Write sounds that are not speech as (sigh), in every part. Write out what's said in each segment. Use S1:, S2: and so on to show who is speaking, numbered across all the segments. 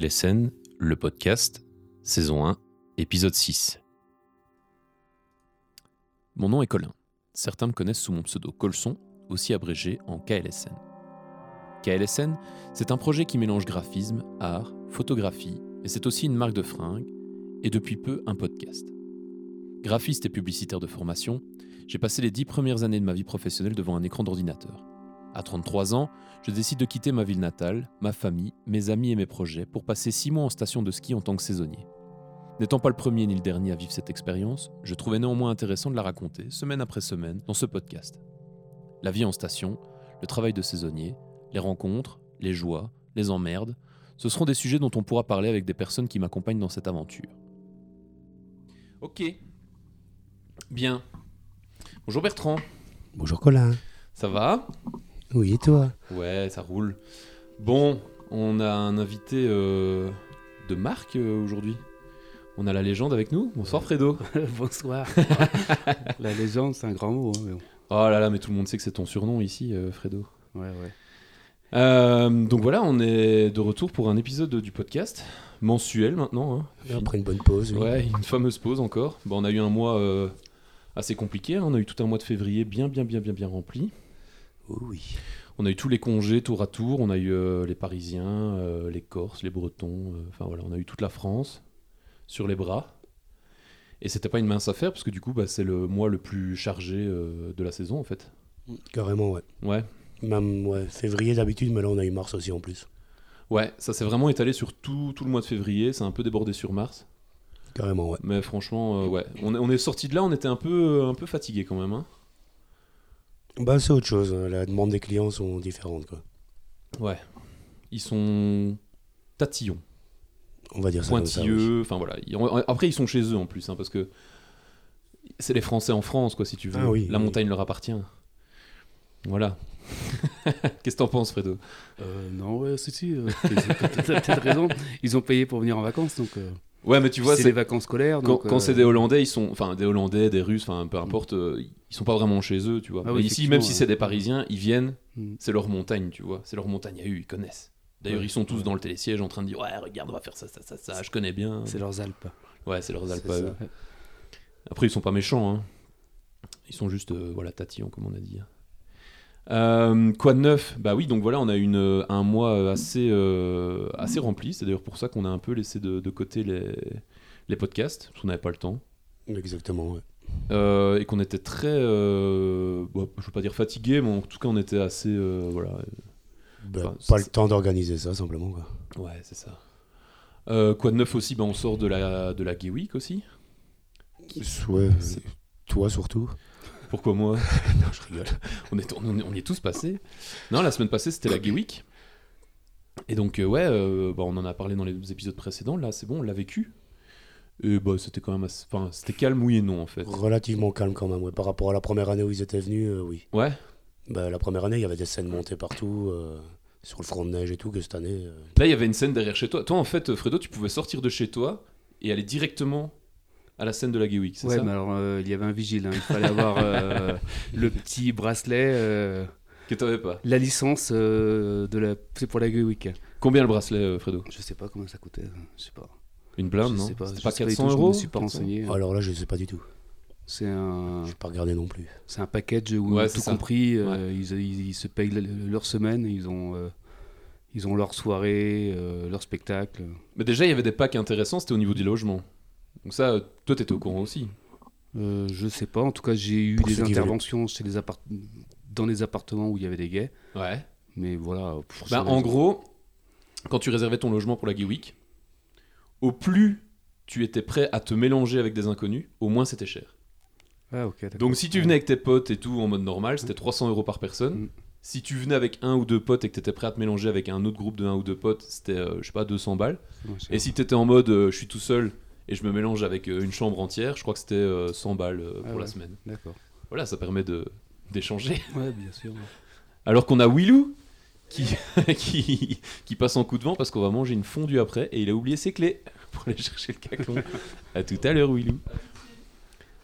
S1: KLSN, le podcast, saison 1, épisode 6. Mon nom est Colin. Certains me connaissent sous mon pseudo Colson, aussi abrégé en KLSN. KLSN, c'est un projet qui mélange graphisme, art, photographie, mais c'est aussi une marque de fringues et depuis peu un podcast. Graphiste et publicitaire de formation, j'ai passé les dix premières années de ma vie professionnelle devant un écran d'ordinateur. À 33 ans, je décide de quitter ma ville natale, ma famille, mes amis et mes projets pour passer six mois en station de ski en tant que saisonnier. N'étant pas le premier ni le dernier à vivre cette expérience, je trouvais néanmoins intéressant de la raconter semaine après semaine dans ce podcast. La vie en station, le travail de saisonnier, les rencontres, les joies, les emmerdes, ce seront des sujets dont on pourra parler avec des personnes qui m'accompagnent dans cette aventure. Ok. Bien. Bonjour Bertrand.
S2: Bonjour Colin.
S1: Ça va
S2: Oui, et toi
S1: Ouais, ça roule. Bon, on a un invité euh, de marque euh, aujourd'hui. On a la légende avec nous. Bonsoir Fredo.
S3: (laughs)
S2: Bonsoir. La légende, c'est un grand mot. hein, mais bon.
S1: Oh là là, mais tout le monde sait que c'est ton surnom ici, euh, Fredo.
S2: Ouais, ouais.
S1: Euh, donc voilà, on est de retour pour un épisode du podcast, mensuel maintenant. hein.
S2: Et Après une bonne pause. oui.
S1: Ouais, une fameuse pause encore. Bon, on a eu un mois euh, assez compliqué. hein. On a eu tout un mois de février bien, bien, bien, bien, bien rempli.
S2: Oh oui.
S1: On a eu tous les congés tour à tour. On a eu euh, les Parisiens, euh, les Corses, les Bretons. euh, Enfin voilà, on a eu toute la France sur les bras. Et c'était pas une mince affaire parce que du coup, bah, c'est le mois le plus chargé euh, de la saison en fait.
S2: Carrément, ouais.
S1: Ouais,
S2: Même ouais, février d'habitude, mais là on a eu mars aussi en plus.
S1: ouais, ça s'est vraiment étalé sur tout, tout le mois de février. C'est un peu débordé sur mars.
S2: Carrément, ouais.
S1: Mais franchement, euh, ouais, on est, on est sorti de là, on était un peu, un peu fatigué quand même. hein.
S2: Bah, c'est autre chose. hein. La demande des clients sont différentes, quoi.
S1: Ouais, ils sont tatillons.
S2: On va dire ça. comme ça, oui.
S1: pointilleux. Enfin voilà. Ils- en- Après, ils sont chez eux en plus, hein, parce que c'est les Français en France, quoi, si tu veux.
S2: Ah oui,
S1: La
S2: oui.
S1: montagne leur appartient. Voilà. (laughs) Qu'est-ce que t'en penses, Fredo
S3: Euh, non, ouais, si, si, euh, (laughs) t'as t'as- t'as peut-être raison. Ils ont payé pour venir en vacances, donc euh,
S1: Ouais, mais tu vois,
S3: c'est les
S1: c'est
S3: vacances scolaires.
S1: quand,
S3: donc,
S1: quand
S3: euh,
S1: c'est des Hollandais, ils sont, enfin, des Hollandais, des Russes, enfin, peu importe, euh, ils sont pas vraiment chez eux, tu vois.
S3: Ah oui,
S1: Mais ici, même si
S3: effectivement,
S1: c'est
S3: ouais.
S1: des Parisiens, ils viennent,
S3: Mm.
S1: c'est leur montagne, tu vois. C'est leur montagne à eux, ils connaissent. D'ailleurs,
S3: Ouais.
S1: ils sont tous dans le télésiège en train de dire ouais, regarde, on va faire ça, ça, ça, ça. Je connais bien.
S3: C'est leurs Alpes.
S1: Ouais, c'est leurs Alpes.
S3: C'est
S1: à
S3: ça.
S1: eux. Après, ils sont pas méchants. hein. Ils sont juste, euh, voilà, tatillons, comme on a dit. Euh, quoi de neuf Bah oui, donc voilà, on a eu une, euh, un mois euh, assez, euh, assez rempli. C'est d'ailleurs pour ça qu'on a un peu laissé de, de côté les, les podcasts, parce qu'on n'avait pas le temps.
S2: Exactement, ouais.
S1: Euh, et qu'on était très, euh, bon, je veux pas dire fatigué, mais en tout cas, on était assez, euh, voilà,
S2: Bah,
S1: Enfin,
S2: pas le
S1: c'est-
S2: temps d'organiser ça, simplement, quoi.
S1: ouais, c'est ça. Euh, quoi de neuf aussi Bah on sort de la, de la Gay Week aussi.
S2: Ouais.
S1: C'est-
S2: Toi surtout.
S1: Pourquoi moi (laughs)
S2: non, je rigole.
S1: on, est, on, est- on y est tous passés. Non, la semaine passée, c'était la Gay Week. Et donc, euh, ouais, euh, bah, on en a parlé dans les épisodes précédents. Là, c'est bon, on l'a vécu. Et bah, c'était quand même assez... Enfin, c'était calme, oui et non, en fait.
S2: Relativement calme quand même, ouais. Par rapport à la première année où ils étaient venus, euh, oui.
S1: Ouais,
S2: Bah, la première année, il y avait des scènes montées partout, euh, sur le front de neige et tout, que cette année. euh,
S1: là, il y avait une scène derrière chez toi. Toi, en fait, euh, Fredo, tu pouvais sortir de chez toi et aller directement à la scène de la Gay Week, c'est
S3: Ouais,
S1: ça
S3: mais alors euh, il y avait un vigile. hein.
S1: (laughs)
S3: Il fallait avoir euh, le petit bracelet, euh,
S1: Que t'avais pas.
S3: la licence euh, de la. C'est pour la Gay Week.
S1: Combien le bracelet, euh, Fredo
S3: Je sais pas comment ça coûtait. Je sais pas.
S1: Une blinde,
S3: je
S1: non
S3: sais pas.
S1: C'était
S3: je
S1: pas
S3: sais du
S1: 400
S3: tout,
S1: euros
S3: Je me suis pas
S1: 400?
S3: renseigné.
S2: Alors là, je sais pas du tout.
S3: C'est un.
S2: Je n'ai pas regardé non plus.
S3: C'est un package où
S1: Ouais, c'est
S3: tout
S1: ça.
S3: compris, euh, ils, ils- ils se payent le- leur semaine, ils ont, euh, ils ont leur soirée, euh, leur spectacle.
S1: Mais déjà, il y avait des packs intéressants, c'était au niveau du logement. Donc ça, euh, toi, t'étais au courant aussi.
S3: Euh, je sais pas, en tout cas j'ai eu
S2: Pour
S3: des
S2: ceux qui veulent.
S3: interventions chez les appart- dans les appartements où il y avait des gays,
S1: Ouais.
S3: mais voilà. pour
S1: Bah,
S3: ces
S1: en
S3: raisons-
S1: gros, quand tu réservais ton logement pour la Gay Week, au plus tu étais prêt à te mélanger avec des inconnus, au moins c'était cher.
S3: Ah, ok, d'accord.
S1: Donc si tu venais avec tes potes et tout en mode normal, c'était 300 euros par personne.
S3: Mm.
S1: Si tu venais avec un ou deux potes et que t'étais prêt à te mélanger avec un autre groupe de un ou deux potes, c'était, euh, je sais pas, 200 balles.
S3: Ouais, c'est
S1: Et si t'étais en mode euh, je suis tout seul et je me mélange avec euh, une chambre entière, je crois que c'était euh, 100 balles euh, pour
S3: Ah
S1: la
S3: ouais.
S1: semaine.
S3: bon, D'accord.
S1: Voilà, ça permet de d'échanger.
S3: Ouais, bien sûr.
S1: Alors qu'on a Willou qui, (laughs) qui, qui passe en coup de vent parce qu'on va manger une fondue
S3: (laughs)
S1: après et il a oublié ses clés pour aller chercher le cacon. à tout à l'heure, Willou.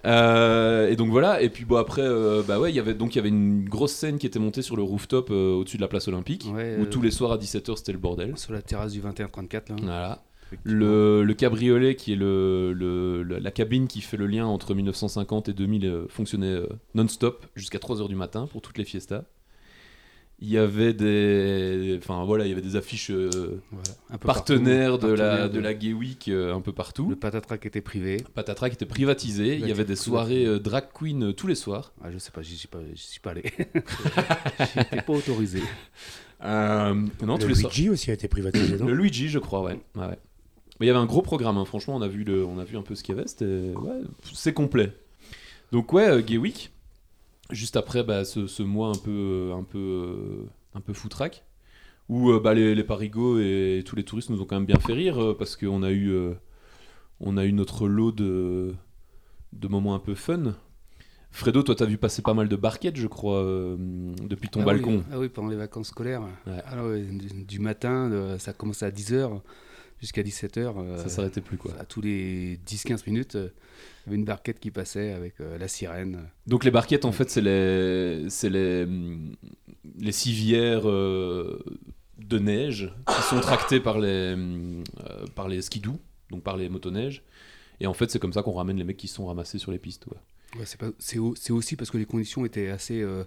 S1: Euh, et donc voilà, et puis bon après, euh, bah ouais, il y avait donc il y avait une grosse scène qui était montée sur le rooftop euh, au-dessus de la place olympique,
S3: Ouais,
S1: où
S3: euh,
S1: tous les soirs à 17h c'était le bordel.
S3: Sur la terrasse du 21-34, là.
S1: Voilà. Le, le cabriolet qui est le, le- le- la cabine qui fait le lien entre 1950 et 2000 euh, fonctionnait euh, non-stop jusqu'à 3h du matin pour toutes les fiestas. Il y avait des, enfin voilà, il y avait des affiches euh,
S3: Voilà, un peu
S1: partenaires
S3: partout,
S1: de la
S3: partenaires
S1: de la Gay Week euh, un peu partout.
S3: Le patatrac était privé.
S1: Patatrac était privatisé, il y avait des soirées euh, drag queen euh, tous les soirs.
S3: Ah, je sais pas, j'y suis pas, j'y suis
S1: (laughs)
S3: pas allé. (laughs) J'étais pas autorisé.
S1: Euh, non, tous
S2: le
S1: les soirs.
S2: Luigi aussi a été privatisé, non
S1: Le Luigi, je crois, ouais. Ouais, ouais. Mais il y avait un gros programme, hein. franchement, on a, vu le, on a vu un peu ce qu'il y avait, c'était- ouais, c'est complet. Donc ouais, euh, Gay Week, juste après bah, ce, ce mois un peu, euh, un peu, euh, un peu foutraque, où euh, bah, les, les parigots et tous les touristes nous ont quand même bien fait rire, euh, parce qu'on a, eu, euh, on a eu notre lot de, de moments un peu fun. Fredo, toi, t'as vu passer pas mal de barquettes, je crois, euh, depuis ton
S3: Ah oui,
S1: balcon.
S3: ah oui, pendant les vacances scolaires.
S1: Ouais.
S3: Ah ouais, du, du matin, euh, ça commençait à 10h jusqu'à 17h.
S1: Ça s'arrêtait plus, quoi.
S3: À tous les 10-15 minutes, euh, il y avait une barquette qui passait avec euh, la sirène.
S1: Donc les barquettes, en fait, c'est les, c'est les, hum, les civières euh, de neige qui sont tractées par les, hum, euh, par les skidoo, donc par les motoneiges. Et en fait, c'est comme ça qu'on ramène les mecs qui sont ramassés sur les pistes. ouais.
S3: Ouais, c'est, pas- c'est au- c'est aussi parce que les conditions étaient assez. euh,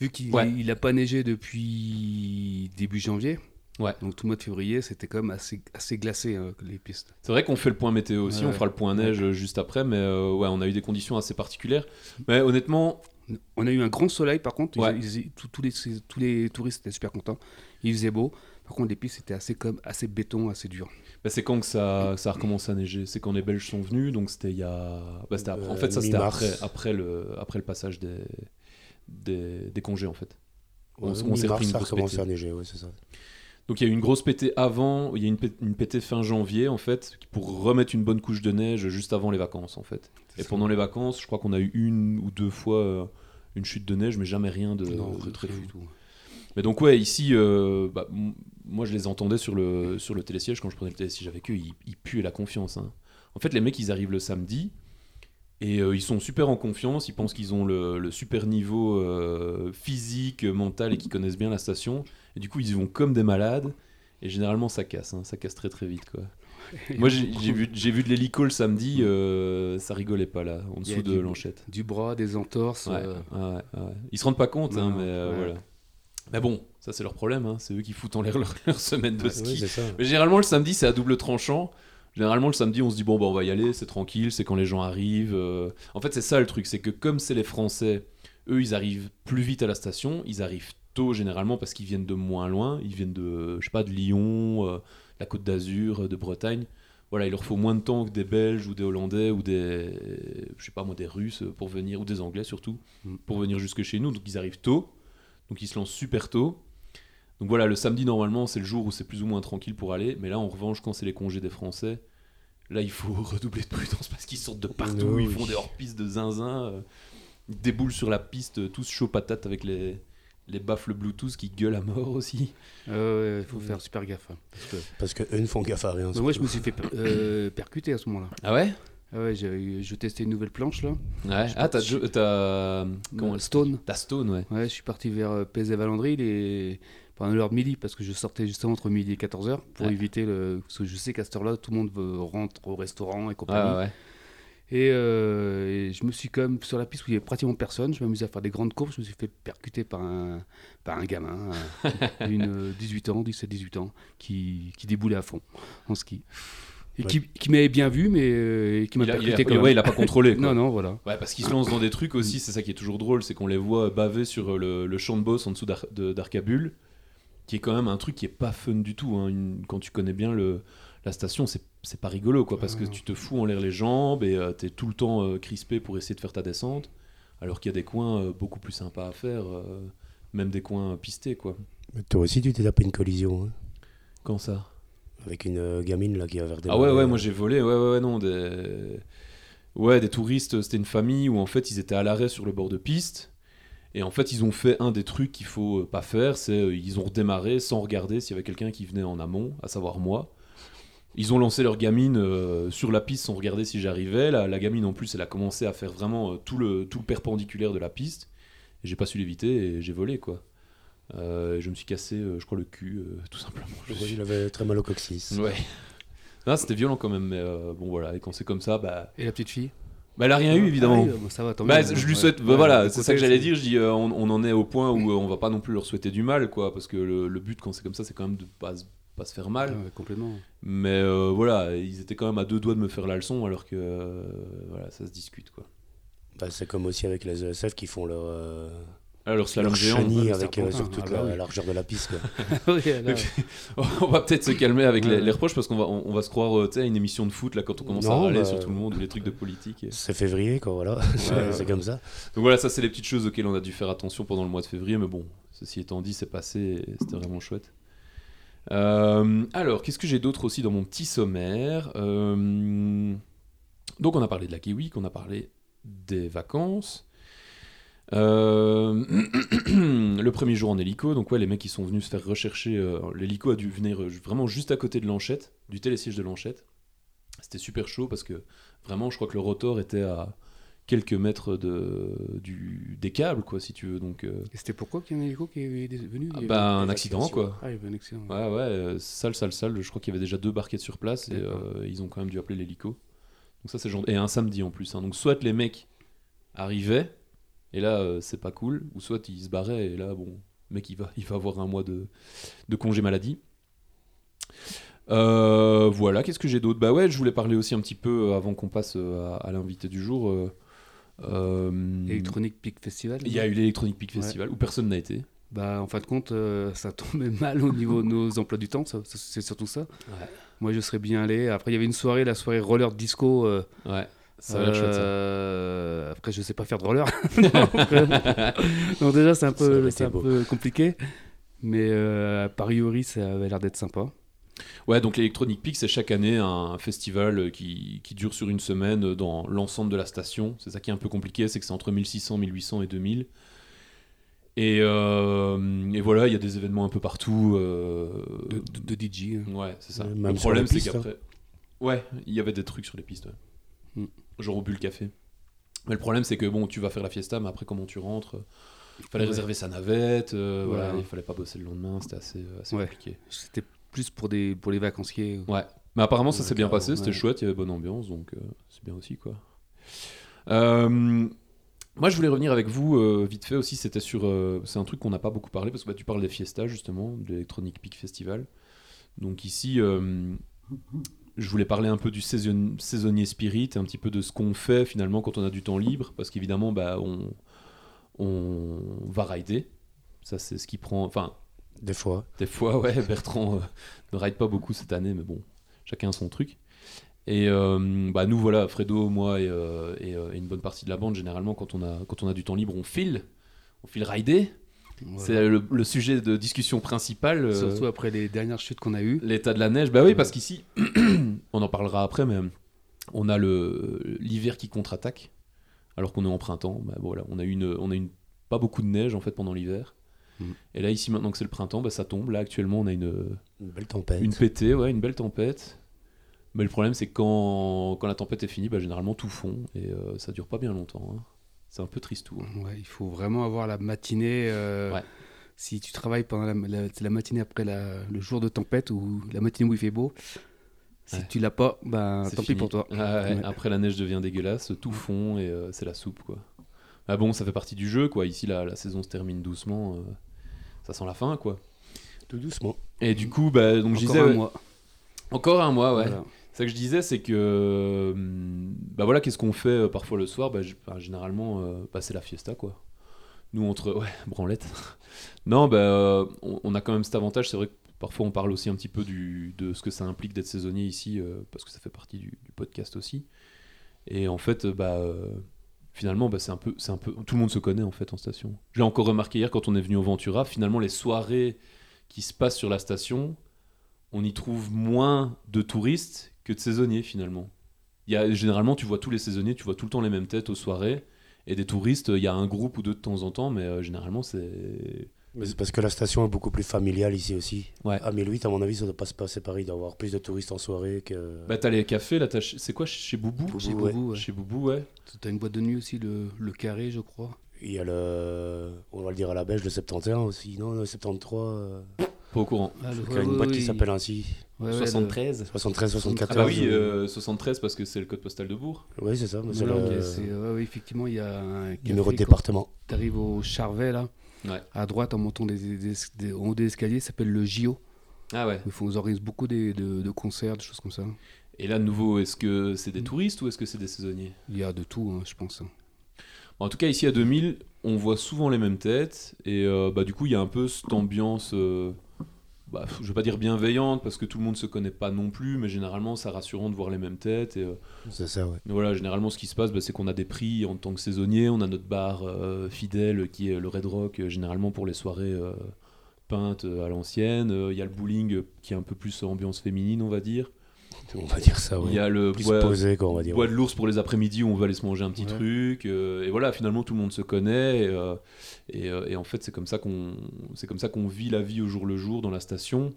S3: vu qu'il n'a
S1: Ouais.
S3: pas neigé depuis début janvier.
S1: Ouais.
S3: Donc tout le mois de février, c'était quand même assez, assez glacé, hein, les pistes.
S1: C'est vrai qu'on fait le point météo aussi,
S3: Ouais,
S1: on
S3: ouais.
S1: fera le point neige euh, juste après, mais euh, ouais, on a eu des conditions assez particulières. Mais honnêtement,
S3: On a eu un grand soleil, par contre. Ils-
S1: Ouais.
S3: ils- tous- tous, les, tous les touristes étaient super contents. Il faisait beau. Par contre, les pistes étaient assez, comme, assez béton, assez dur.
S1: bah, c'est quand que ça, ça a recommencé à neiger C'est quand les Belges sont venus, donc c'était il y a... bah, c'était après- en
S2: Euh,
S1: fait, ça c'était
S2: mi-mars.
S1: après, après, le, après le passage des, des, des congés, en fait. on- on s'est
S2: mi-mars,
S1: repris une
S2: ça a
S1: grosse
S2: recommencé
S1: pété.
S2: à neiger, ouais, c'est ça.
S1: Donc il y a eu une grosse pétée avant, il y a eu une, pé- une pétée fin janvier en fait, pour remettre une bonne couche de neige juste avant les vacances en fait. Et pendant les vacances, je crois qu'on a eu une ou deux fois euh, une chute de neige, mais jamais rien de,
S3: Non,
S1: de très
S3: rien
S1: fou.
S3: du tout.
S1: Mais donc ouais, ici, euh, bah, m- moi je les entendais sur le, sur le télésiège, quand je prenais le télésiège avec eux, ils, ils puaient la confiance. hein. En fait, les mecs, ils arrivent le samedi, et euh, ils sont super en confiance, ils pensent qu'ils ont le, le super niveau euh, physique, euh, mental, et qu'ils connaissent bien la station. Et du coup, ils y vont comme des malades, et généralement ça casse, hein, ça casse très très vite.
S3: (laughs)
S1: Quoi. moi j'ai j'ai vu, j'ai vu de l'hélico le samedi, euh, ça rigolait pas là, en
S3: Il y a
S1: dessous de
S3: du-
S1: l'enchette.
S3: Du bras, des entorses.
S1: Ouais,
S3: euh,
S1: ouais, ouais. Ils se rendent pas compte, hein,
S3: non,
S1: mais euh,
S3: ouais.
S1: voilà. Mais bon, ça c'est leur problème, hein. c'est eux qui foutent en l'air leur, (laughs) leur semaine de
S3: Ah
S2: Ouais,
S1: ski.
S2: c'est ça.
S1: mais généralement le samedi c'est à double tranchant. Généralement le samedi on se dit bon bah on va y aller, c'est tranquille, c'est quand les gens arrivent. euh. En fait c'est ça le truc, c'est que comme c'est les Français, eux ils arrivent plus vite à la station, ils arrivent tôt généralement parce qu'ils viennent de moins loin, ils viennent de je sais pas de Lyon, euh, la Côte d'Azur, euh, de Bretagne. Voilà, il leur faut moins de temps que des Belges ou des Hollandais ou des je sais pas moi des Russes pour venir ou des Anglais surtout
S3: Mm.
S1: pour venir jusque chez nous. Donc ils arrivent tôt, donc ils se lancent super tôt. Donc voilà, le samedi normalement c'est le jour où c'est plus ou moins tranquille pour aller, mais là en revanche quand c'est les congés des Français, là il faut (laughs) redoubler de prudence parce qu'ils sortent de partout,
S2: Oui,
S1: ils
S2: oui.
S1: font des hors-pistes de zinzin, euh, ils déboulent sur la piste euh, tous chaud patate avec les les baffles Bluetooth qui gueulent à mort aussi.
S3: euh, il faut faire super gaffe. hein, parce que-
S2: Parce que eux ne font gaffe à rien.
S3: Bah, moi, je me suis fait per-
S1: (coughs)
S3: euh, percuter à ce moment-là.
S1: Ah ouais
S3: Ah ouais, j'ai- je testais une nouvelle planche, là.
S1: Ouais. Ah t'as Jo- t'as comment
S3: Euh, Stone.
S1: t'as Stone ouais.
S3: Ouais, je suis parti vers euh, Pézé-Valandry les... pendant l'heure de midi parce que je sortais justement entre midi et 14h pour
S1: Ouais.
S3: éviter le. Parce que je sais qu'à cette heure-là, tout le monde veut- rentre au restaurant et compagnie.
S1: Ah ouais.
S3: Et, euh, et je me suis quand même sur la piste où il y avait pratiquement personne. Je m'amusais à faire des grandes courses. Je me suis fait percuter par un, par un gamin
S1: (laughs)
S3: euh, d'une euh, 18 ans, 17-18 ans, qui, qui déboulait à fond en ski. Et
S2: Ouais.
S3: qui, qui m'avait bien vu, mais euh, qui m'a
S1: Il a, il a-
S3: percuté quand même.
S1: ouais, il a pas
S3: (laughs)
S1: contrôlé. quoi.
S3: Non, non, voilà.
S1: Ouais, parce qu'ils se lancent dans des trucs aussi, c'est ça qui est toujours drôle, c'est qu'on les voit baver sur le, le champ de boss en dessous d'Ar- de- d'Arcabul, qui est quand même un truc qui est pas fun du tout. hein. Une- quand tu connais bien le, la station, c'est c'est pas rigolo, quoi, parce que
S3: Ah.
S1: tu te fous en l'air les jambes et tu t'es tout le temps euh, crispé pour essayer de faire ta descente, alors qu'il y a des coins euh, beaucoup plus sympas à faire, euh, même des coins euh, pistés, quoi.
S2: Mais Toi aussi, tu t'es tapé une collision hein,
S1: Quand ça
S2: avec une euh, gamine là qui va vers des. euh.
S1: Ah ouais, ouais, moi j'ai volé, ouais, ouais, ouais, non, des... Ouais, des touristes, c'était une famille où en fait ils étaient à l'arrêt sur le bord de piste, et en fait ils ont fait un des trucs qu'il faut euh, pas faire, c'est euh, ils ont redémarré sans regarder s'il y avait quelqu'un qui venait en amont, à savoir moi. Ils ont lancé leur gamine euh, sur la piste sans regarder si j'arrivais. La, la gamine, en plus, elle a commencé à faire vraiment euh, tout, le, tout le perpendiculaire de la piste. Et j'ai pas su l'éviter et j'ai volé, quoi. Euh, je me suis cassé, euh, je crois, le cul, euh, tout simplement. Je
S2: Je
S1: suis-
S2: crois qu'il avait très mal au coccyx.
S1: Ouais. Non, c'était violent quand même, mais euh, bon voilà, et quand c'est comme ça, bah,
S3: Et la petite fille
S1: bah, elle a rien eu évidemment.
S3: Ah oui, bah, ça va, tant
S1: Bah,
S3: mieux.
S1: je lui
S3: Ouais.
S1: souhaite, bah,
S3: Ouais,
S1: voilà,
S3: d'un
S1: c'est ça que
S3: côté,
S1: j'allais dire. Je dis, euh, on, on en est au point où euh, on va pas non plus leur souhaiter du mal, quoi, parce que le, le but quand c'est comme ça, c'est quand même de pas, se- pas se faire
S3: Ah,
S1: mal.
S3: ouais,
S1: (laughs)
S3: complètement.
S1: Mais euh, voilà, ils étaient quand même à deux doigts de me faire la leçon, alors que euh, voilà, ça se discute, quoi.
S2: Bah, c'est comme aussi avec les ESF qui font leur, euh,
S1: Alors leur slalom
S2: leur
S1: géant,
S2: chenille
S3: ouais,
S2: avec,
S3: c'est
S2: euh,
S3: important.
S2: sur toute
S3: Ah,
S2: la
S3: bah oui.
S2: largeur de la piste. quoi.
S3: Ah Oui, elle a-
S1: (laughs) on va peut-être se calmer avec les,
S3: Ouais.
S1: les reproches parce qu'on va, on, on va se croire, euh, tu sais, à une émission de foot là quand on commence à
S2: Non,
S1: râler
S2: bah,
S1: sur tout le monde ou les trucs de politique. et-
S2: c'est février, quoi, voilà.
S1: Ouais,
S2: (laughs) c'est
S1: ouais.
S2: comme ça.
S1: Donc voilà, ça c'est les petites choses auxquelles on a dû faire attention pendant le mois de février, mais bon, ceci étant dit, c'est passé, et c'était vraiment chouette. Euh, alors, qu'est-ce que j'ai d'autre aussi dans mon petit sommaire Euh, Donc on a parlé de la kiwi, qu'on a parlé des vacances. Euh, (clears throat) le premier jour en hélico, donc ouais, les mecs qui sont venus se faire rechercher, euh, l'hélico a dû venir euh, vraiment juste à côté de l'enchette, du télésiège de l'enchette. C'était super chaud parce que vraiment, je crois que le rotor était à quelques mètres de, du, des câbles, quoi, si tu veux. Donc, euh,
S3: Et c'était pourquoi qu'il y a un hélico qui est dé- venu
S1: Ah
S3: Il y
S1: bah,
S3: avait-
S1: un
S3: des
S1: accident,
S3: activations.
S1: quoi.
S3: Ah, il y avait un accident.
S1: ouais, ouais, euh, sale, sale, sale. Je crois qu'il y avait déjà deux barquettes sur place et
S3: D'accord.
S1: euh, ils ont quand même dû appeler l'hélico. Donc, ça, c'est genre. Et un samedi en plus. hein. Donc, soit les mecs arrivaient et là, euh, c'est pas cool, ou soit ils se barraient et là, bon, le mec, il va, il va avoir un mois de, de congé maladie. Euh, voilà, qu'est-ce que j'ai d'autre Bah ouais, je voulais parler aussi un petit peu euh, avant qu'on passe euh, à, à l'invité du jour. euh, euh,
S3: Electronic Peak Festival.
S1: Il y a eu l'Electronic Peak Festival où personne n'a été.
S3: Bah, en fin de compte, euh, ça tombait (laughs) mal au niveau de nos emplois du temps, ça- ça- c'est surtout ça.
S1: Ouais.
S3: Moi, je serais bien allé. Après, il y avait une soirée, la soirée roller disco. euh,
S1: Ouais, ça a l'air chouette ça.
S3: euh, Après, je sais pas faire de roller. (laughs) Donc, non, déjà, c'est un
S2: Ça
S3: peu,
S2: aurait été
S3: c'est un
S2: beau.
S3: peu compliqué. Mais euh, a priori, ça avait l'air d'être sympa.
S1: Ouais, donc l'Electronic Peak, c'est chaque année un festival euh, qui, qui dure sur une semaine euh, dans l'ensemble de la station. C'est ça qui est un peu compliqué, c'est que c'est entre 1600, 1800 et 2000. Et, euh, et voilà, il y a des événements un peu partout. euh,
S3: De, de- de DJ. hein.
S1: Ouais, c'est ça.
S2: Ouais, même
S1: Le
S2: sur
S1: problème,
S2: les
S1: c'est
S2: pistes, hein.
S1: qu'après. Ouais, il y avait des trucs sur les pistes. ouais.
S2: Hmm.
S3: Mm.
S1: Genre au bulle café. Mais le problème, c'est que bon, tu vas faire la fiesta, mais après, comment tu rentres Fallait
S3: Ouais.
S1: réserver sa navette, euh, voilà,
S3: Ouais.
S1: il fallait pas bosser le lendemain, c'était assez, euh, assez
S3: Ouais.
S1: compliqué.
S3: C'était plus pour, des, pour les vacanciers.
S1: Ouais. Mais apparemment, ça
S3: Ouais,
S1: s'est bien passé,
S3: carrément,
S1: c'était
S3: ouais.
S1: chouette, il y avait bonne ambiance, donc euh, c'est bien aussi, quoi. Euh, moi, je voulais revenir avec vous euh, vite fait aussi. C'était sur. euh, c'est un truc qu'on n'a pas beaucoup parlé parce que bah, tu parles des fiestas, justement, de l'Electronic Peak Festival. Donc, ici, euh, je voulais parler un peu du saison- saisonnier spirit, un petit peu de ce qu'on fait finalement quand on a du temps libre. Parce qu'évidemment, bah, on, on va rider. Ça, c'est ce qui prend. Enfin,
S2: Des fois.
S1: des fois, (laughs) ouais, Bertrand euh, ne ride pas beaucoup cette année, mais bon, chacun son truc. Et euh, bah, nous, voilà, Fredo, moi et, euh, et, euh, et une bonne partie de la bande, généralement, quand on a, quand on a du temps libre, on file, on file rider.
S3: Voilà.
S1: C'est le, le sujet de discussion principal. euh,
S3: Surtout après les dernières chutes qu'on a eues.
S1: L'état de la neige, bah oui, parce qu'ici, (clears throat) on en parlera après, mais euh, on a le l'hiver qui contre-attaque, alors qu'on est en printemps. Bah, voilà, on a eu une, on a eu une pas beaucoup de neige en fait pendant l'hiver.
S3: Mhm.
S1: Et là, ici, maintenant que c'est le printemps, bah, ça tombe. Là, actuellement, on a une,
S2: Une belle tempête.
S1: une pétée, ouais, une belle tempête. Mais le problème, c'est que quand, quand la tempête est finie, bah, généralement tout fond et euh, ça dure pas bien longtemps. hein. C'est un peu tristou. hein.
S3: Ouais, il faut vraiment avoir la matinée. euh,
S1: Ouais.
S3: Si tu travailles pendant la, la- la matinée après la- le jour de tempête ou la matinée où il fait beau, si
S1: Ouais.
S3: tu l'as pas, ben,
S1: C'est
S3: tant pis
S1: fini.
S3: pour toi.
S1: Ah ouais,
S3: Ouais.
S1: Après, la neige devient dégueulasse, tout fond et euh, c'est la soupe, quoi. Ah bon, ça fait partie du jeu, quoi. Ici, la, la saison se termine doucement. euh, ça sent la fin, quoi.
S2: Tout doucement.
S1: Et du coup, bah, donc je
S3: Encore
S1: disais.
S3: un
S1: ouais,
S3: mois.
S1: Encore un mois, ouais.
S3: Voilà.
S1: C'est ça que je disais, c'est que. euh, Bah voilà, qu'est-ce qu'on fait euh, parfois le soir bah, j- bah, Généralement, euh, bah, c'est la fiesta, quoi. Nous, entre. (laughs) Ouais, branlette. non, bah, euh, on, on a quand même cet avantage. C'est vrai que parfois, on parle aussi un petit peu du, de ce que ça implique d'être saisonnier ici, euh, parce que ça fait partie du, du podcast aussi. Et en fait, euh, bah. euh, Finalement, bah, c'est un peu, c'est un peu, tout le monde se connaît en fait en station. Je l'ai encore remarqué hier quand on est venu au Ventura. Finalement, les soirées qui se passent sur la station, on y trouve moins de touristes que de saisonniers finalement. Il y a, généralement, tu vois tous les saisonniers, tu vois tout le temps les mêmes têtes aux soirées. Et des touristes, il y a un groupe ou deux de temps en temps, mais euh, généralement, c'est
S2: Mais c'est parce que la station est beaucoup plus familiale ici aussi.
S1: Ouais.
S2: À 1008, à mon avis, ça ne doit pas se passer pareil d'avoir plus de touristes en soirée que.
S1: Bah, t'as les cafés, là, t'as ch- c'est quoi Chez Boubou
S2: Boubou,
S3: Chez
S2: ouais.
S3: Boubou, ouais.
S1: Chez Boubou, ouais.
S3: T'as une boîte de nuit aussi, le, le carré, je crois.
S2: Il y a le. On va le dire à la bêche, le 71 aussi. Non, le 73. euh,
S1: Pas au courant.
S3: Ah, le-
S2: Il y a
S3: ouais,
S2: une
S3: ouais,
S2: boîte
S3: ouais,
S2: qui
S3: il-
S2: s'appelle ainsi.
S3: ouais, ouais, le-
S1: 73
S2: 73, 74.
S1: Ah bah oui,
S2: euh,
S1: euh, 73 parce que c'est le code postal de Bourg.
S2: Oui, c'est ça. mais C'est
S3: Voilà,
S2: le
S3: ok, c'est- ouais, ouais, effectivement, il y a un
S2: numéro de
S3: café, quand
S2: département.
S3: T'arrives au Charvet, là.
S1: Ouais.
S3: À droite, en montant des, des- des- des- en haut des escaliers, ça s'appelle le JO.
S1: Ah ouais.
S3: Ils font- Ils organisent beaucoup des, de, de concerts, des choses comme ça.
S1: Et là, de nouveau, est-ce que c'est des touristes ou est-ce que c'est des saisonniers
S3: Il y a de tout, hein, je pense. hein.
S1: En tout cas, ici à 2000, on voit souvent les mêmes têtes. Et euh, bah, du coup, il y a un peu cette ambiance, euh, bah, je vais pas dire bienveillante parce que tout le monde se connaît pas non plus, mais généralement, c'est rassurant de voir les mêmes têtes. Et, euh,
S2: C'est ça, ouais.
S1: Mais voilà, généralement, ce qui se passe, bah, c'est qu'on a des prix en tant que saisonnier. On a notre bar euh, fidèle qui est le Red Rock, euh, généralement pour les soirées euh, peintes euh, à l'ancienne. Euh, Il y a le bowling euh, qui est un peu plus ambiance féminine, on va dire.
S2: On va dire ça,
S1: Il y
S2: Ah ouais.
S1: a le
S2: Plus
S1: bois,
S2: posé, quoi, on va dire.
S1: bois de l'ours pour les après-midi où on va aller se manger un petit
S3: Ouais.
S1: truc. euh, et voilà, finalement, tout le monde se connaît. Et, euh, et, euh, et en fait, c'est comme ça qu'on c'est comme ça qu'on vit la vie au jour le jour dans la station.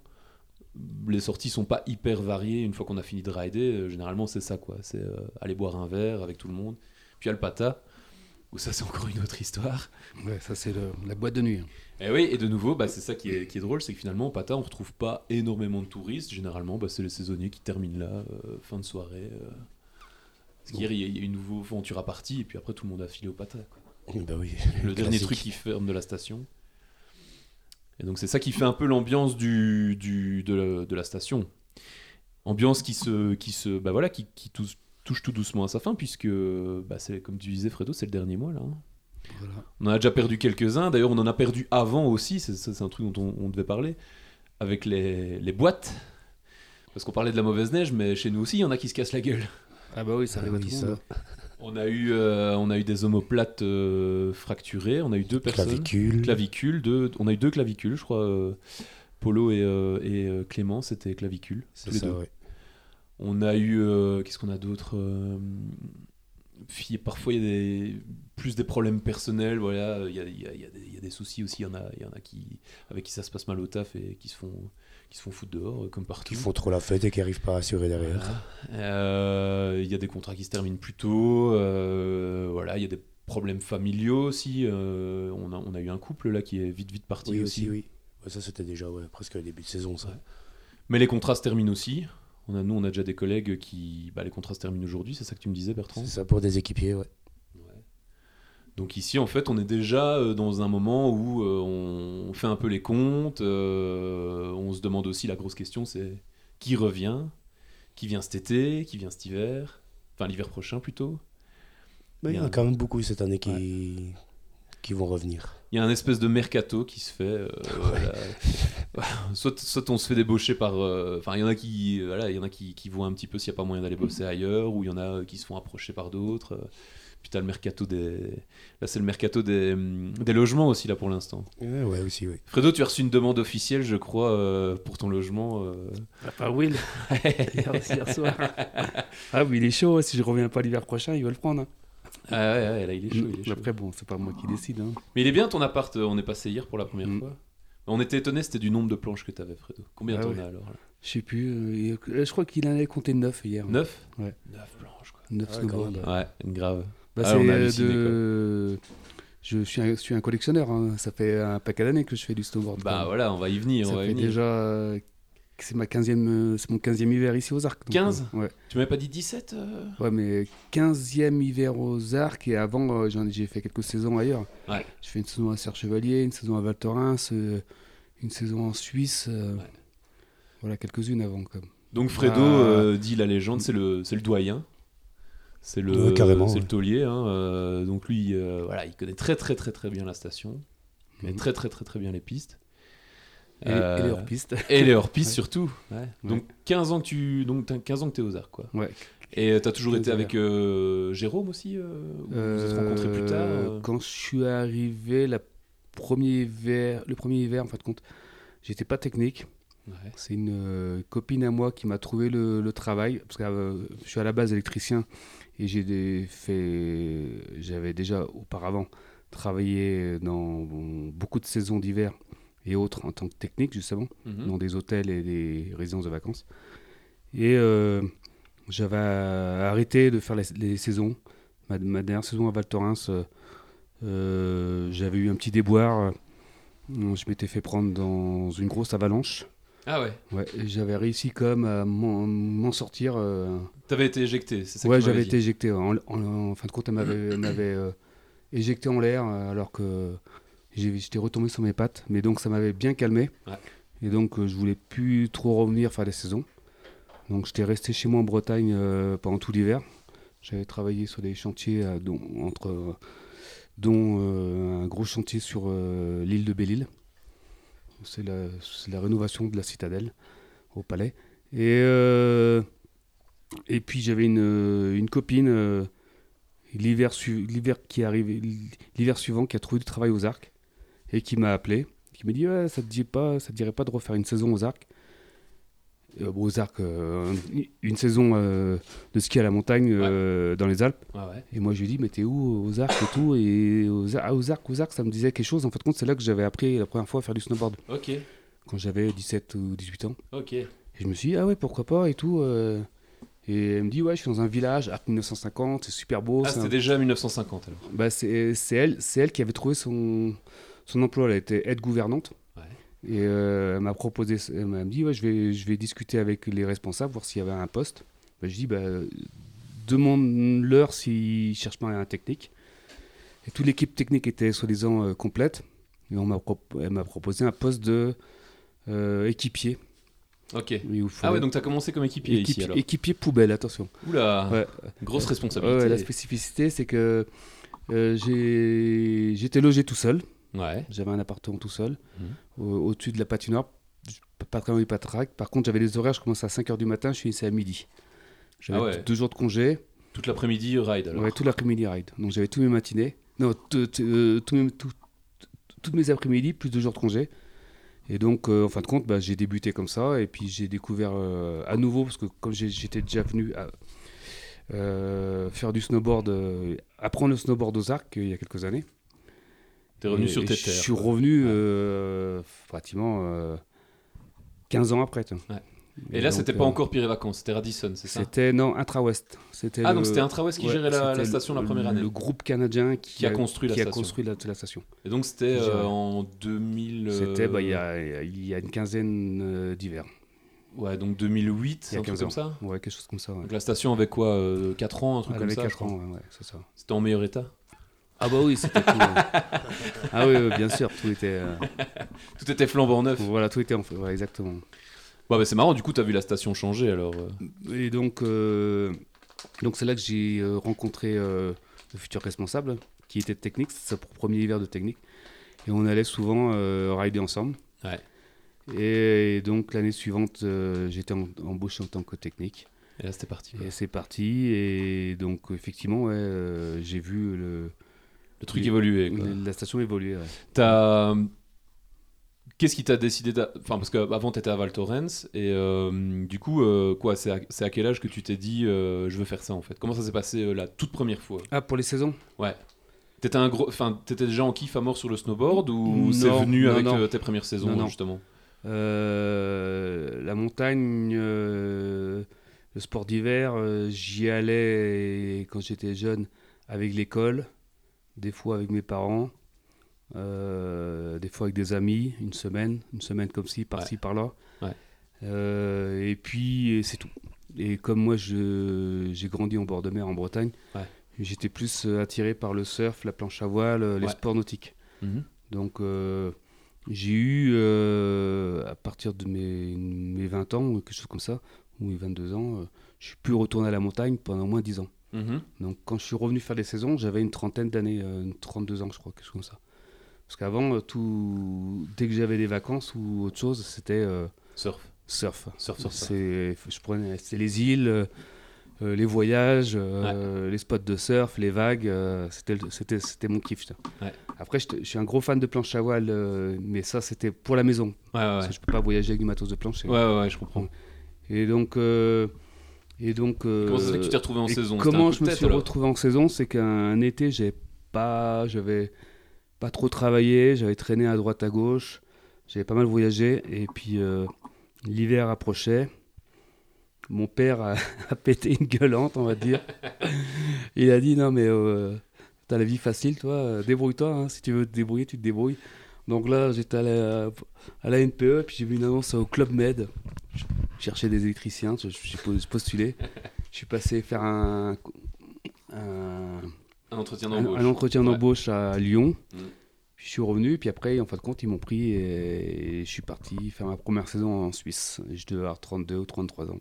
S1: Les sorties sont pas hyper variées. Une fois qu'on a fini de rider, euh, généralement, c'est ça quoi. C'est euh, aller boire un verre avec tout le monde. Puis il y a le pata. Où ça, c'est encore une autre histoire.
S3: Ouais, ça, c'est le- la boîte de nuit. hein.
S1: Et oui, et de nouveau, bah, c'est ça qui est, qui est drôle, c'est que finalement, au Pata, on retrouve pas énormément de touristes. Généralement, bah, c'est les saisonniers qui terminent là, euh, fin de soirée. euh. C'est-à-dire, il y a- il y, a une nouveau Ventura Party, et puis après, tout le monde a filé au Pata. quoi.
S2: Bah oui.
S1: Le dernier
S2: classique.
S1: truc qui ferme de la station. Et donc, c'est ça qui fait un peu l'ambiance du, du- de, la, de la station. Ambiance qui se, qui se, bah, voilà, qui, qui touche, touche tout doucement à sa fin, puisque, bah, c'est comme tu disais, Fredo, c'est le dernier mois là. hein.
S3: Voilà.
S1: On en a déjà perdu quelques-uns. D'ailleurs, on en a perdu avant aussi. C'est, ça, c'est un truc dont on, on devait parler. Avec les, les boîtes. Parce qu'on parlait de la mauvaise neige, mais chez nous aussi, il y en a qui se cassent la gueule.
S3: Ah bah oui, ça
S2: Ah
S3: arrive à
S2: oui,
S3: tout le
S2: ça.
S3: monde.
S1: On a eu, euh, on a eu des omoplates euh, fracturées. On a eu deux personnes.
S2: Clavicule.
S1: Clavicules, deux, on a eu deux clavicules, je crois. euh, Polo et, euh, et, euh, Clément, c'était clavicule.
S2: C'est
S1: Tous les
S2: ça,
S1: deux.
S2: ouais.
S1: On a eu. euh, qu'est-ce qu'on a d'autre euh, puis Parfois, il y a des, plus des problèmes personnels. Voilà, il y a, il y a- il y a des, il y a des soucis aussi. Il y en a, il y en a qui, avec qui ça se passe mal au taf et qui se font, qui se font foutre dehors, euh, comme partout.
S2: Qui font trop la fête et qui arrivent pas à assurer derrière.
S1: Voilà. Euh, il y a des contrats qui se terminent plus tôt. euh, voilà, il y a des problèmes familiaux aussi. euh, on, a, on a eu un couple là qui est vite, vite parti
S2: Oui,
S1: Ah, aussi.
S2: aussi, oui. Ouais, ça, c'était déjà ouais, presque début de saison, ça.
S1: Ouais. Mais les contrats se terminent aussi. On a, nous, on a déjà des collègues qui. bah, les contrats se terminent aujourd'hui, c'est ça que tu me disais, Bertrand
S2: C'est ça pour des équipiers, ouais.
S1: Donc ici, en fait, on est déjà euh, dans un moment où euh, on fait un peu les comptes, euh, on se demande aussi, la grosse question, c'est qui revient Qui vient cet été Qui vient cet hiver Enfin, l'hiver prochain plutôt.
S2: Mais il y en
S1: Bien.
S2: a quand même beaucoup cette année qui, qui vont revenir.
S1: Il y a un espèce de mercato qui se fait. euh, voilà. (laughs) soit, soit on se fait débaucher par. euh, Enfin, il y en a qui, euh, voilà, il y en a qui, qui voient un petit peu s'il n'y a pas moyen d'aller bosser ailleurs, ou il y en a euh, qui se font approcher par d'autres. euh. Puis t'as le mercato des. Là, c'est le mercato des, hum, des logements aussi, là, pour l'instant.
S2: Ouais, ouais, aussi, oui.
S1: Fredo, tu as reçu une demande officielle, je crois, euh, pour ton logement. euh.
S3: Papa Ah, Will, (laughs) hier, hier soir. Ah oui, il est chaud, hein, si je reviens pas l'hiver prochain, il va le prendre. hein.
S1: Ah ouais, ouais, là, il est chaud. il est chaud.
S3: Mm, Après, bon, c'est pas moi qui décide. hein.
S1: Mais il est bien ton appart, euh, on est passé hier pour la première
S3: Mm.
S1: fois. On était étonné, c'était du nombre de planches que t'avais, Fredo. Combien
S3: Ah
S1: t'en
S3: ouais.
S1: as alors là
S3: Je sais plus, euh, il- euh, je crois qu'il en avait compté 9 hier. hein.
S1: Neuf
S3: Mm. Ouais.
S1: Neuf planches, quoi.
S3: 9
S2: Ah ouais, quand
S3: snowboards.
S2: même.
S1: Ouais, grave.
S3: Bah,
S1: Ah,
S3: c'est,
S1: on a
S3: euh,
S1: halluciné,
S3: de... Je suis un, je suis un collectionneur, hein. ça fait un paquet d'années que je fais du snowboard.
S1: Bah
S3: quoi.
S1: voilà, on va y venir. on
S3: ça
S1: va y
S3: fait
S1: venir.
S3: déjà... euh, que c'est, ma 15e, euh, c'est mon 15e hiver ici aux Arcs. donc,
S1: 15?
S3: euh, ouais.
S1: Tu m'avais pas dit 17 euh
S3: Ouais, mais 15e hiver aux Arcs, et avant, euh, j'en ai- j'ai fait quelques saisons ailleurs.
S1: Ouais.
S3: J'ai fait une saison à Serre-Chevalier, une saison à Val Thorens, euh, une saison en Suisse. euh,
S1: Ouais.
S3: Voilà, quelques-unes avant, comme.
S1: (laughs) Donc Fredo,
S3: Ah.
S1: euh, dit la légende, c'est le, c'est le doyen. C'est le,
S2: Ouais, carrément,
S1: c'est
S2: ouais.
S1: le taulier. hein, euh, donc lui, euh, voilà, il connaît très très très très bien la station. Il connaît
S3: Mhm.
S1: très très très très bien les pistes.
S3: Et,
S1: Euh,
S3: et les hors-pistes.
S1: et les hors-pistes
S3: Ouais.
S1: surtout. Donc 15 ans que tu donc, t'as 15 ans que es aux arcs. Quoi.
S3: (laughs) Ouais.
S1: Et euh, t'as toujours
S3: Quinze
S1: été
S3: ans.
S1: avec euh, Jérôme aussi euh, ou Vous vous êtes rencontrés plus tard
S3: Euh,
S1: euh
S3: Quand je suis arrivé, la premier hiver, le premier hiver, en fin de compte, j'étais pas technique.
S1: Ouais.
S3: C'est une euh, copine à moi qui m'a trouvé le, le travail, parce que euh, je suis à la base électricien et j'ai des- fait, j'avais déjà auparavant travaillé dans bon, beaucoup de saisons d'hiver et autres en tant que technique, justement,
S1: Mhm.
S3: dans des hôtels et des résidences de vacances. Et euh, j'avais arrêté de faire les, les saisons. Ma, ma dernière saison à Val Thorens, euh, euh, j'avais eu un petit déboire. Je m'étais fait prendre dans une grosse avalanche.
S1: Ah ouais,
S3: Ouais, et j'avais réussi quand même à m'en- m'en sortir. euh,
S1: t'avais été éjecté, c'est ça
S3: ouais,
S1: que tu m'avais
S3: j'avais
S1: dit.
S3: été éjecté. En, en- en fin de compte, elle m'avait elle m'avait, euh, éjecté en l'air euh, alors que j'ai- j'étais retombé sur mes pattes. Mais donc, ça m'avait bien calmé.
S1: Ouais.
S3: Et donc, euh, je voulais plus trop revenir faire des saisons. Donc, j'étais resté chez moi en Bretagne euh, pendant tout l'hiver. J'avais travaillé sur des chantiers, euh, dont, entre, euh, dont euh, un gros chantier sur euh, l'île de Belle-Île. C'est la, c'est la rénovation de la citadelle au palais. Et. euh, et puis j'avais une, euh, une copine euh, l'hiver su- l'hiver qui arrivait l'hiver suivant qui a trouvé du travail aux Arcs et qui m'a appelé, qui m'a dit Ouais, ça te dit pas ça te dirait pas de refaire une saison aux Arcs Euh, bon, aux Arcs euh, une- une saison euh, de ski à la montagne euh, dans les Alpes
S1: Ouais, Ah ouais.
S3: et moi je lui dis mais t'es où aux Arcs et tout et aux, Ar- ah, aux Arcs aux Arcs ça me disait quelque chose en fait compte c'est là que j'avais appris la première fois à faire du snowboard
S1: Ok,
S3: quand j'avais 17 ou 18 ans
S1: ok.
S3: et je me suis dit, ah ouais, pourquoi pas et tout. euh. Et elle me dit, ouais, je suis dans un village, Arc 1950, c'est super beau.
S1: ah,
S3: c'est un-
S1: c'était déjà 1950 alors.
S3: bah, c'est c'est elle, c'est elle qui avait trouvé son, son emploi. Elle était aide gouvernante.
S1: Ouais.
S3: Et euh, elle m'a proposé, elle m'a dit, ouais, je vais, je vais discuter avec les responsables, voir s'il y avait un poste. Bah, je dis, bah, demande-leur s'ils cherchent pas un technique. Et toute l'équipe technique était soi-disant euh, complète. Et on m'a propo- elle m'a proposé un poste de euh, équipier.
S1: Ok.
S3: Et où il
S1: Ah
S3: fallait-
S1: ouais, donc t'as commencé comme équipier
S3: Équipe-
S1: ici alors.
S3: équipier poubelle, attention.
S1: Oula,
S3: Ouais.
S1: grosse
S3: Ouais,
S1: responsabilité.
S3: la spécificité, c'est que euh, j'ai- j'étais logé tout seul.
S1: Ouais.
S3: J'avais un appartement tout seul,
S1: Mhm.
S3: au- au-dessus de la patinoire, pas très loin du patraque. Par contre, j'avais des horaires, je commençais à 5h du matin, je finissais à midi. J'avais
S1: Ah ouais.
S3: deux jours de congé,
S1: Toute l'après-midi, ride alors.
S3: ouais, tout l'après-midi ride. Donc j'avais tous mes matinées, non, tout- tout- euh, tous mes- tout- toutes mes après-midi, plus deux jours de congé. Et donc, euh, en fin de compte, bah, j'ai débuté comme ça, et puis j'ai découvert euh, à nouveau, parce que comme j'ai- j'étais déjà venu à- euh, faire du snowboard, euh, apprendre le snowboard aux arcs euh, il y a quelques années.
S1: T'es revenu
S3: Et-
S1: sur
S3: et
S1: tes
S3: Je
S1: terres.
S3: suis
S1: quoi.
S3: revenu euh, pratiquement euh, 15 ans après. tu vois.
S1: Ouais. Et là,
S3: donc,
S1: c'était
S3: euh,
S1: pas encore Pirée Vacances, c'était Radisson, c'est ça
S3: C'était non, Intra-Ouest. C'était
S1: Ah,
S3: le-
S1: donc c'était Intra-Ouest qui
S3: ouais,
S1: gérait la,
S3: c'était
S1: la station la
S3: le-
S1: première année.
S3: Le groupe canadien qui,
S1: Qui a construit la
S3: qui a
S1: station.
S3: construit la- la station.
S1: Et donc c'était
S3: Qui
S1: euh,
S3: gérait.
S1: en 2000. euh,
S3: C'était bah, il y, a, il y a une quinzaine euh, d'hivers.
S1: Ouais, donc 2008,
S3: Il y a
S1: un truc
S3: 15
S1: comme
S3: ans.
S1: ça.
S3: Ouais, quelque chose comme ça. Ouais.
S1: Donc la station avait quoi 4 ans, un truc
S3: Elle
S1: comme
S3: avait
S1: ça je
S3: 4
S1: crois.
S3: ans, ouais, ouais, c'est ça.
S1: C'était en meilleur état
S3: Ah bah oui, c'était tout. euh. (laughs) ah oui, oui, bien sûr, tout était, euh,
S1: Tout était flambant neuf.
S3: voilà, tout était en fait, ouais, exactement.
S1: Ouais, bah, c'est marrant, du coup, t'as vu la station changer alors. euh.
S3: Et donc, euh, donc c'est là que j'ai euh, rencontré euh, le futur responsable, qui était de technique, c'était son premier hiver de technique. Et on allait souvent euh, rider ensemble.
S1: Ouais.
S3: Et, donc l'année suivante, euh, j'étais en- embauché en tant que technique.
S1: Et là, c'était parti. quoi.
S3: Et c'est parti. Et donc effectivement, ouais, euh, j'ai vu le,
S1: Le truc
S3: Et-
S1: évoluait. quoi.
S3: la station évoluer. ouais.
S1: T'as. euh, Qu'est-ce qui t'a décidé d'a- Enfin, parce qu'avant, t'étais à Val Thorens, et euh, du coup, euh, quoi, c'est à, c'est à quel âge que tu t'es dit, euh, je veux faire ça, en fait Comment ça s'est passé euh, la toute première fois
S3: Ah, pour les saisons
S1: T'étais un gros, enfin, t'étais déjà en kiff à mort sur le snowboard ou
S3: Non,
S1: c'est venu
S3: non,
S1: avec
S3: non.
S1: euh, tes premières saisons
S3: Non, non.
S1: justement
S3: Euh, la montagne, euh, le sport d'hiver, euh, j'y allais quand j'étais jeune avec l'école, des fois avec mes parents, euh, des fois avec des amis, une semaine, une semaine comme ci, par-ci, par-là.
S1: Ouais.
S3: Euh, et puis euh, c'est tout. Et comme moi, je- j'ai grandi en bord de mer en Bretagne,
S1: Ouais.
S3: j'étais plus euh, attiré par le surf, la planche à voile, euh, les
S1: Ouais.
S3: sports nautiques. Donc euh, j'ai eu, euh, à partir de mes, mes 20 ans, ou quelque chose comme ça, ou mes 22 ans, euh, je suis plus retourné à la montagne pendant au moins 10 ans.
S1: Mhm.
S3: Donc quand je suis revenu faire des saisons, j'avais une trentaine d'années, euh, une 32 ans je crois, quelque chose comme ça. Parce qu'avant, euh, tout... dès que j'avais des vacances ou autre chose, c'était euh,
S1: Surf,
S3: surf.
S1: surf, surf. surf.
S3: C'est, je prenais, c'était les îles, euh, euh, les voyages, euh, les spots de surf, les vagues. euh, c'était, le- c'était, c'était mon kiff. ça.
S1: Ouais.
S3: Après, j'étais- je suis un gros fan de planche à voile, euh, mais ça, c'était pour la maison.
S1: Ouais,
S3: Parce
S1: ouais,
S3: que je peux pas voyager avec du matos de planche.
S1: ouais. ouais, ouais, je comprends.
S3: Et donc, euh, et donc. euh,
S1: comment ça se fait que tu t'es retrouvé en
S3: et
S1: saison C'était un
S3: Comment
S1: coup
S3: je
S1: de
S3: me
S1: tête,
S3: suis
S1: alors
S3: retrouvé en saison C'est qu'un été, j'ai pas, j'avais, pas trop travaillé, j'avais traîné à droite à gauche, j'avais pas mal voyagé et puis euh, l'hiver approchait. Mon père a, (laughs) a pété une gueulante, on
S1: (laughs)
S3: va dire. Il a dit non mais euh, t'as la vie facile toi, euh, débrouille-toi, hein, si tu veux te débrouiller, tu te débrouilles. Donc là j'étais allé à, à la NPE puis j'ai vu une annonce au Club Med. Je cherchais des électriciens, je- j'ai pos- postulé. Je suis passé faire un- un
S1: Un entretien
S3: un,
S1: d'embauche.
S3: un entretien
S1: Ouais.
S3: d'embauche à Lyon.
S1: Mm.
S3: Puis je suis revenu, puis après, en fin de compte, ils m'ont pris et, je suis parti faire ma première saison en Suisse. Je devais avoir 32 ou 33 ans.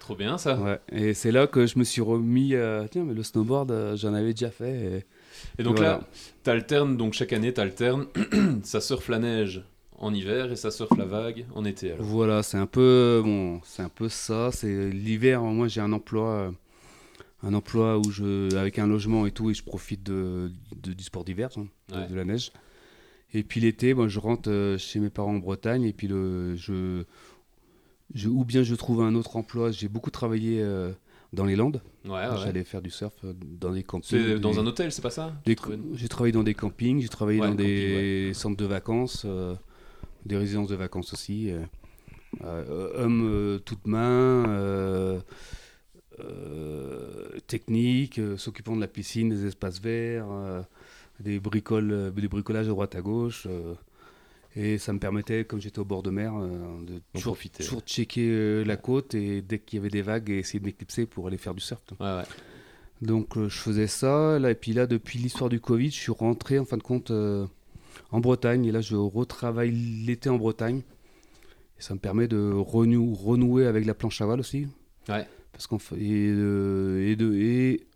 S1: Trop bien ça.
S3: Ouais. Et c'est là que je me suis remis. euh, tiens, mais le snowboard, euh, j'en avais déjà fait. et-
S1: Et donc
S3: Voilà.
S1: là, t'alternes, donc chaque année, t'alternes, (clears throat) ça surfe la neige en hiver et ça surfe la vague en été. Alors.
S3: Voilà, c'est un peu bon, c'est un peu ça. C'est l'hiver. hein. Moi, j'ai un emploi, euh, un emploi où je, avec un logement et tout, et je profite de, de- du sport d'hiver, hein, de,
S1: Ouais.
S3: de la neige. Et puis l'été, moi, je rentre euh, chez mes parents en Bretagne, et puis le, je, je, ou bien je trouve un autre emploi. J'ai beaucoup travaillé euh, dans les Landes.
S1: Ouais, Ah ouais.
S3: J'allais faire du surf euh, dans des campings.
S1: C'est dans
S3: des-
S1: un hôtel, c'est pas ça
S3: des-
S1: Trouver une-
S3: J'ai travaillé dans des campings, j'ai travaillé
S1: Ouais,
S3: dans
S1: camping,
S3: des centres de vacances, euh, des résidences de vacances aussi. Euh, euh, hommes euh, toutes mains, euh, euh, techniques, euh, s'occupant de la piscine, des espaces verts, euh, des, bricoles, euh, des bricolages à droite à gauche. euh, et ça me permettait, comme j'étais au bord de mer, euh, de toujours,
S1: profiter.
S3: toujours checker euh, la côte et dès qu'il y avait des vagues, essayer de m'éclipser pour aller faire du surf.
S1: Ouais, ouais.
S3: Donc euh, je faisais ça, là, et puis là, depuis l'histoire du Covid, je suis rentré en fin de compte euh, en Bretagne, et là je retravaille l'été en Bretagne. Et ça me permet de renou- renouer avec la planche à voile aussi.
S1: Ouais.
S3: Parce qu'on fait- et, euh, et de- et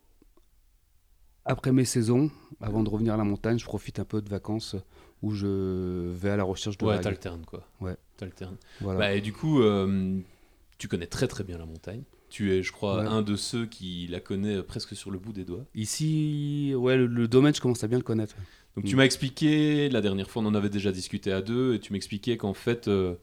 S3: après mes saisons, avant de revenir à la montagne, je profite un peu de vacances où je vais à la recherche de
S1: Ouais,
S3: vagues.
S1: t'alternes quoi.
S3: Ouais.
S1: T'alternes.
S3: Voilà.
S1: Bah, et du coup, euh, tu connais très très bien la montagne. Tu es, je crois,
S3: Ouais.
S1: un de ceux qui la connaît euh, presque sur le bout des doigts.
S3: Ici, ouais, le, le domaine, je commence à bien le connaître.
S1: Donc
S3: Mm.
S1: tu m'as expliqué, la dernière fois on en avait déjà discuté à deux, et tu m'expliquais qu'en fait, euh,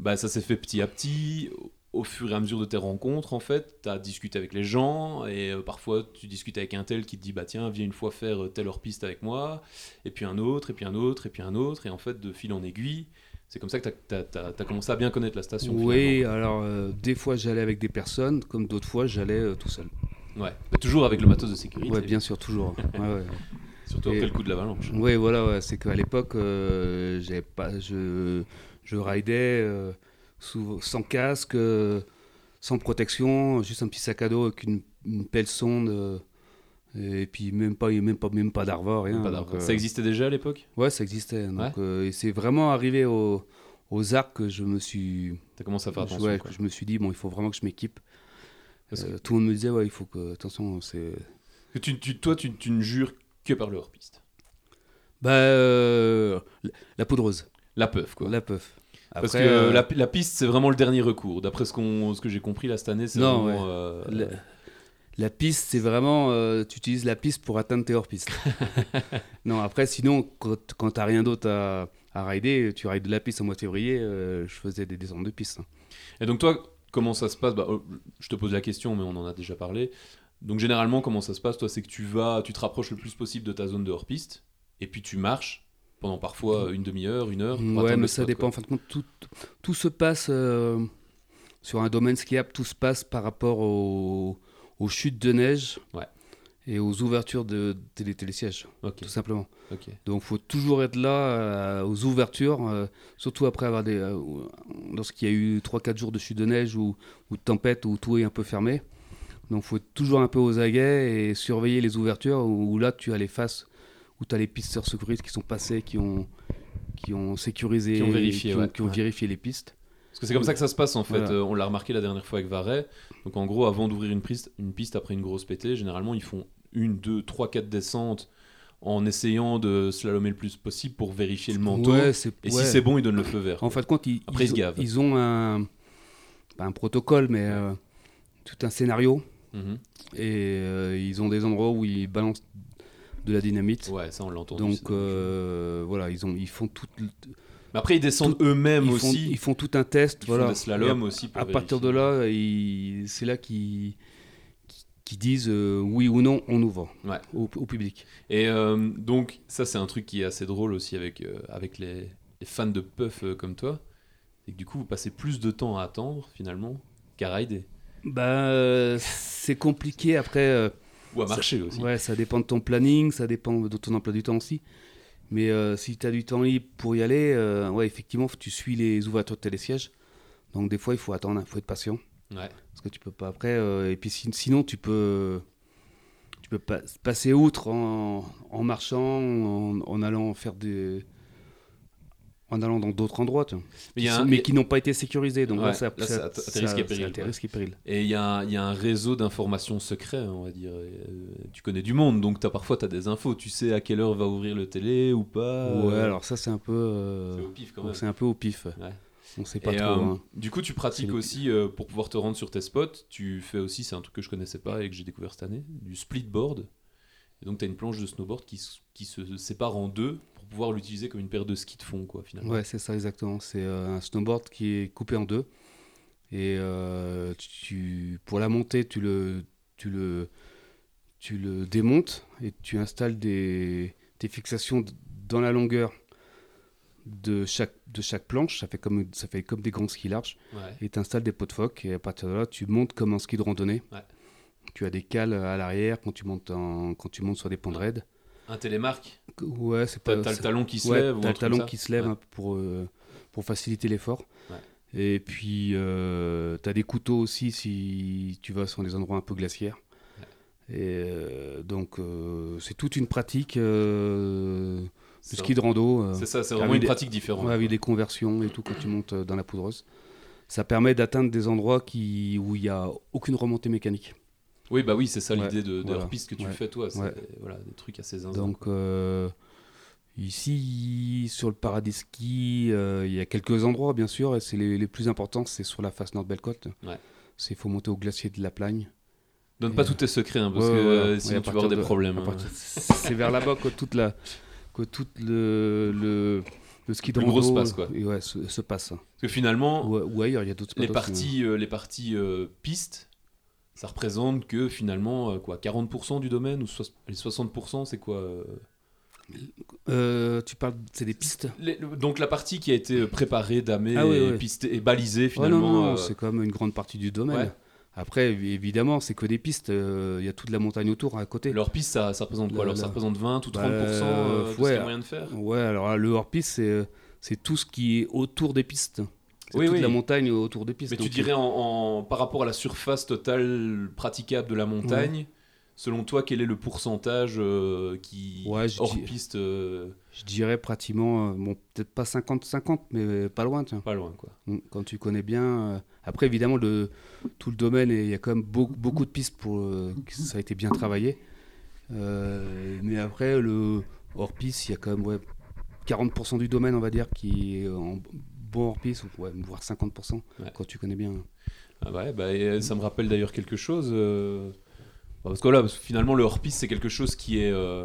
S1: bah, ça s'est fait petit à petit, au- au fur et à mesure de tes rencontres, en fait, tu as discuté avec les gens, et euh, parfois tu discutes avec un tel qui te dit, bah tiens, viens une fois faire euh, telle hors piste avec moi, et puis un autre, et puis un autre, et puis un autre, et en fait, de fil en aiguille, c'est comme ça que tu as, commencé à bien connaître la station.
S3: Oui, alors euh, des fois j'allais avec des personnes, comme d'autres fois j'allais euh, tout seul.
S1: finalement. Ouais. Mais toujours avec le matos de sécurité,
S3: Ouais, bien sûr,
S1: (laughs)
S3: toujours. Ouais, ouais.
S1: surtout
S3: Et-
S1: après le coup de l'avalanche.
S3: Ouais, voilà, ouais, c'est qu'à l'époque, euh, j'avais pas, je, je ridais euh, sous- sans casque, euh, sans protection, juste un petit sac à dos avec une, une pelle sonde, euh, et puis même pas, même pas, même pas d'arvor, rien.
S1: Pas
S3: donc,
S1: d'arbre.
S3: euh,
S1: Ça existait déjà à l'époque
S3: Ouais, ça existait. Donc,
S1: Ouais.
S3: euh, et c'est vraiment arrivé au- aux arcs que je me suis,
S1: Tu as commencé à faire attention.
S3: ouais,
S1: quoi.
S3: que je me suis dit bon, il faut vraiment que je m'équipe.
S1: Parce
S3: Euh, tout le monde me disait ouais, il faut que attention, c'est
S1: que tu, tu- toi, tu, tu ne jures que par le hors-piste.
S3: bah euh, la- la poudreuse,
S1: La peuf, quoi.
S3: la puff.
S1: Parce
S3: Après,
S1: que
S3: euh,
S1: la, la piste, c'est vraiment le dernier recours. D'après ce, qu'on ce que j'ai compris là cette année, c'est
S3: Non,
S1: vraiment, euh,
S3: La, la piste, c'est vraiment, euh, tu utilises la piste pour atteindre
S1: (laughs)
S3: tes hors-pistes. non, après, sinon, quand, quand t'as rien d'autre à, à rider, tu rides de la piste au mois de février, euh, je faisais des descentes de piste. hein.
S1: Et donc, toi, comment ça se passe Bah, euh, Je te pose la question, mais on en a déjà parlé. Donc, généralement, comment ça se passe Toi, c'est que tu vas, tu te rapproches le plus possible de ta zone de hors-piste, et puis tu marches pendant parfois une demi-heure, une heure. pour
S3: Mm. Ouais,
S1: atteindre
S3: mais
S1: le
S3: ça
S1: spot,
S3: dépend.
S1: quoi.
S3: En fin de compte, tout, tout se passe euh, sur un domaine skiable, tout se passe par rapport au- aux chutes de neige
S1: Ouais.
S3: et aux ouvertures de, des télésièges,
S1: Ok,
S3: tout simplement.
S1: ok.
S3: Donc faut toujours être là euh, aux ouvertures, euh, surtout après avoir des, euh, lorsqu'il y a eu 3-4 jours de chute de neige ou, ou de tempête où tout est un peu fermé. Donc faut être toujours un peu aux aguets et surveiller les ouvertures où, où là tu as les faces, où tu as les pisteurs secouristes qui sont passés, qui ont, qui ont sécurisé,
S1: Qui ont vérifié,
S3: qui ont-
S1: ouais.
S3: qui ont
S1: Ouais.
S3: vérifié les pistes.
S1: Parce que c'est comme ça que ça se passe en fait.
S3: Voilà.
S1: Euh, on l'a remarqué la dernière fois avec Varet. Donc en gros, avant d'ouvrir une piste, une piste après une grosse pétée, généralement ils font une, deux, trois, quatre descentes en essayant de slalomer le plus possible pour vérifier le manteau.
S3: Ouais, c'est-
S1: et
S3: ouais.
S1: si c'est bon, ils donnent le feu vert.
S3: En fin de compte, ils,
S1: Après, ils
S3: ils,
S1: se
S3: ont-
S1: gavent.
S3: ils ont un, pas un protocole, mais euh, tout un scénario.
S1: Mhm.
S3: et euh, ils ont des endroits où ils balancent de la dynamite.
S1: Ouais, ça on l'entend.
S3: Donc euh, voilà, ils, ont, ils font tout,
S1: Mais après ils descendent eux-mêmes
S3: ils font,
S1: aussi.
S3: ils font tout un test.
S1: ils
S3: voilà.
S1: font des slaloms
S3: Et
S1: aussi.
S3: à,
S1: Pour
S3: à partir de
S1: vérifier.
S3: là, ils- c'est là qu'ils qui- qui disent euh, oui ou non, on nous vend
S1: Ouais.
S3: au, au public.
S1: Et euh, donc, ça, c'est un truc qui est assez drôle aussi avec, euh, avec les, les fans de Puff euh, comme toi. Et que du coup, vous passez plus de temps à attendre, finalement, qu'à rider.
S3: Bah, euh, c'est compliqué après. euh,
S1: Ou à
S3: Ça-
S1: marcher aussi.
S3: Ouais, ça dépend de ton planning, ça dépend de ton emploi du temps aussi. Mais euh, si tu as du temps libre pour y aller, euh, ouais, effectivement, tu suis les ouvertures de télésièges. Donc des fois, il faut attendre, il faut être patient.
S1: Ouais.
S3: Parce que tu peux pas après. euh, et puis si- sinon, tu peux, tu peux pas, passer outre en, en marchant, en, en allant faire des. En allant dans d'autres endroits, tu vois,
S1: Mais il y
S3: qui
S1: a
S3: sont-
S1: un-
S3: mais qui n'ont pas été sécurisés. Donc
S1: Ouais,
S3: là, ça,
S1: là,
S3: ça-
S1: c'est à- à tes
S3: ça-
S1: risques et
S3: c'est
S1: périls,
S3: à tes
S1: quoi.
S3: risques et périls.
S1: Et il y, a un- il y a un réseau d'informations secrets, on va dire. Et, euh, tu connais du monde, donc as, parfois tu as des infos. Tu sais à quelle heure va ouvrir le télé ou pas.
S3: Ouais,
S1: euh,
S3: alors ça, c'est un peu. euh,
S1: C'est au pif quand même.
S3: C'est un peu au pif.
S1: Ouais.
S3: On sait pas
S1: Et,
S3: trop.
S1: euh,
S3: hein.
S1: Du coup, tu pratiques
S3: C'est-
S1: aussi euh, pour pouvoir te rendre sur tes spots. Tu fais aussi, c'est un truc que je connaissais pas et que j'ai découvert cette année, du splitboard. Et donc, tu as une planche de snowboard qui, s- qui se sépare en deux pour pouvoir l'utiliser comme une paire de skis de fond, quoi, finalement.
S3: Ouais, c'est ça exactement. C'est euh, un snowboard qui est coupé en deux. Et euh, tu, pour la montée, tu le, tu, le, tu le démontes et tu installes des, tes fixations d- dans la longueur de chaque, de chaque planche. Ça fait, comme, ça fait comme des grands skis larges.
S1: Ouais.
S3: Et tu installes des pots de phoque. Et à partir de là, tu montes comme un ski de randonnée.
S1: Ouais.
S3: Tu as des cales à l'arrière quand tu montes, en, quand tu montes sur des pentes
S1: Ouais.
S3: raides.
S1: Un télémarque,
S3: Ouais, c'est
S1: t'as
S3: pas.
S1: t'as le
S3: c'est-
S1: talon qui se
S3: Ouais,
S1: lève. ou
S3: t'as
S1: un
S3: le
S1: truc
S3: talon
S1: comme ça.
S3: qui se lève
S1: Ouais.
S3: hein, pour, euh, pour faciliter l'effort.
S1: Ouais.
S3: Et puis, euh, t'as des couteaux aussi si tu vas sur des endroits un peu glaciaires. Et euh, donc, euh, c'est toute une pratique euh,
S1: C'est
S3: du ski de rando. euh,
S1: C'est ça, c'est
S3: Ah
S1: vraiment
S3: oui,
S1: une
S3: des-
S1: pratique différente.
S3: ouais, avec des conversions et tout quand tu montes euh, dans la poudreuse. Ça permet d'atteindre des endroits qui, où il n'y a aucune remontée mécanique.
S1: Oui, bah oui, c'est ça
S3: Ouais,
S1: l'idée de, de
S3: voilà.
S1: hors-piste que tu
S3: Ouais.
S1: fais, toi. C'est
S3: Ouais.
S1: voilà, des trucs assez zinzin.
S3: Donc euh, ici, sur le paradis ski, euh, il y a quelques endroits bien sûr, et c'est les, les plus importants, c'est sur la face nord de Bellecote.
S1: Ouais.
S3: C'est faut monter au glacier de la Plagne.
S1: Donne pas
S3: Et,
S1: tous tes secrets, hein, parce
S3: Ouais,
S1: que
S3: ouais,
S1: euh,
S3: ouais. Et
S1: sinon
S3: à
S1: tu vas
S3: partir
S1: avoir des
S3: de- (laughs)
S1: problèmes.
S3: à
S1: hein.
S3: partir- c'est vers là-bas que toute la que toute le, le, le ski de
S1: Le gros se
S3: rando,
S1: passe, quoi.
S3: et ouais, se, se passe.
S1: Parce que finalement,
S3: Ou, ou ailleurs, il y a d'autres spots
S1: les
S3: aussi, hein.
S1: parties, euh, les parties euh, pistes, ça représente que finalement, euh, quoi, 40% du domaine ou soix- les 60%, c'est quoi euh,
S3: hein. Euh, tu parles, c'est des pistes.
S1: les- le- Donc la partie qui a été euh, préparée, damée,
S3: Ah oui,
S1: et,
S3: oui.
S1: pistée- et balisée
S3: Ouais, non,
S1: finalement.
S3: non, non,
S1: euh,
S3: c'est quand même une grande partie du domaine.
S1: Ouais.
S3: Après, évi- évidemment, c'est que des pistes. euh, Il y a toute la montagne autour à côté.
S1: leur piste, ça, ça représente quoi
S3: Là,
S1: Alors ça
S3: là.
S1: représente 20 ou 30%
S3: Bah,
S1: euh, de ce qu'il y
S3: ouais.
S1: a moyen de faire
S3: Ouais, alors là, le hors-piste, c'est, euh, c'est tout ce qui est autour des pistes. C'est
S1: Oui,
S3: toute
S1: oui.
S3: la montagne autour des pistes.
S1: Mais tu
S3: donc, euh,
S1: dirais en, en- par rapport à la surface totale praticable de la montagne, selon toi, quel est le pourcentage euh, qui
S3: Ouais, je
S1: hors
S3: dis-
S1: piste euh,
S3: Je dirais pratiquement, euh, bon, peut-être pas 50-50, mais euh, pas loin, tiens.
S1: pas loin quoi
S3: Mm, Quand tu connais bien. euh, Après, évidemment, le, tout le domaine, et il y a quand même beaucoup, beaucoup de pistes pour. euh, que ça a été bien travaillé. Euh, mais après, le hors-piste, il y a quand même ouais, 40% du domaine, on va dire, qui est en bon hors-piste, ou, ouais, voire 50%
S1: Ouais.
S3: quand tu connais bien.
S1: Ah ouais, bah, et, euh, ça me rappelle d'ailleurs quelque chose. euh, bah, parce que voilà, parce que finalement, le hors-piste, c'est quelque chose qui est euh,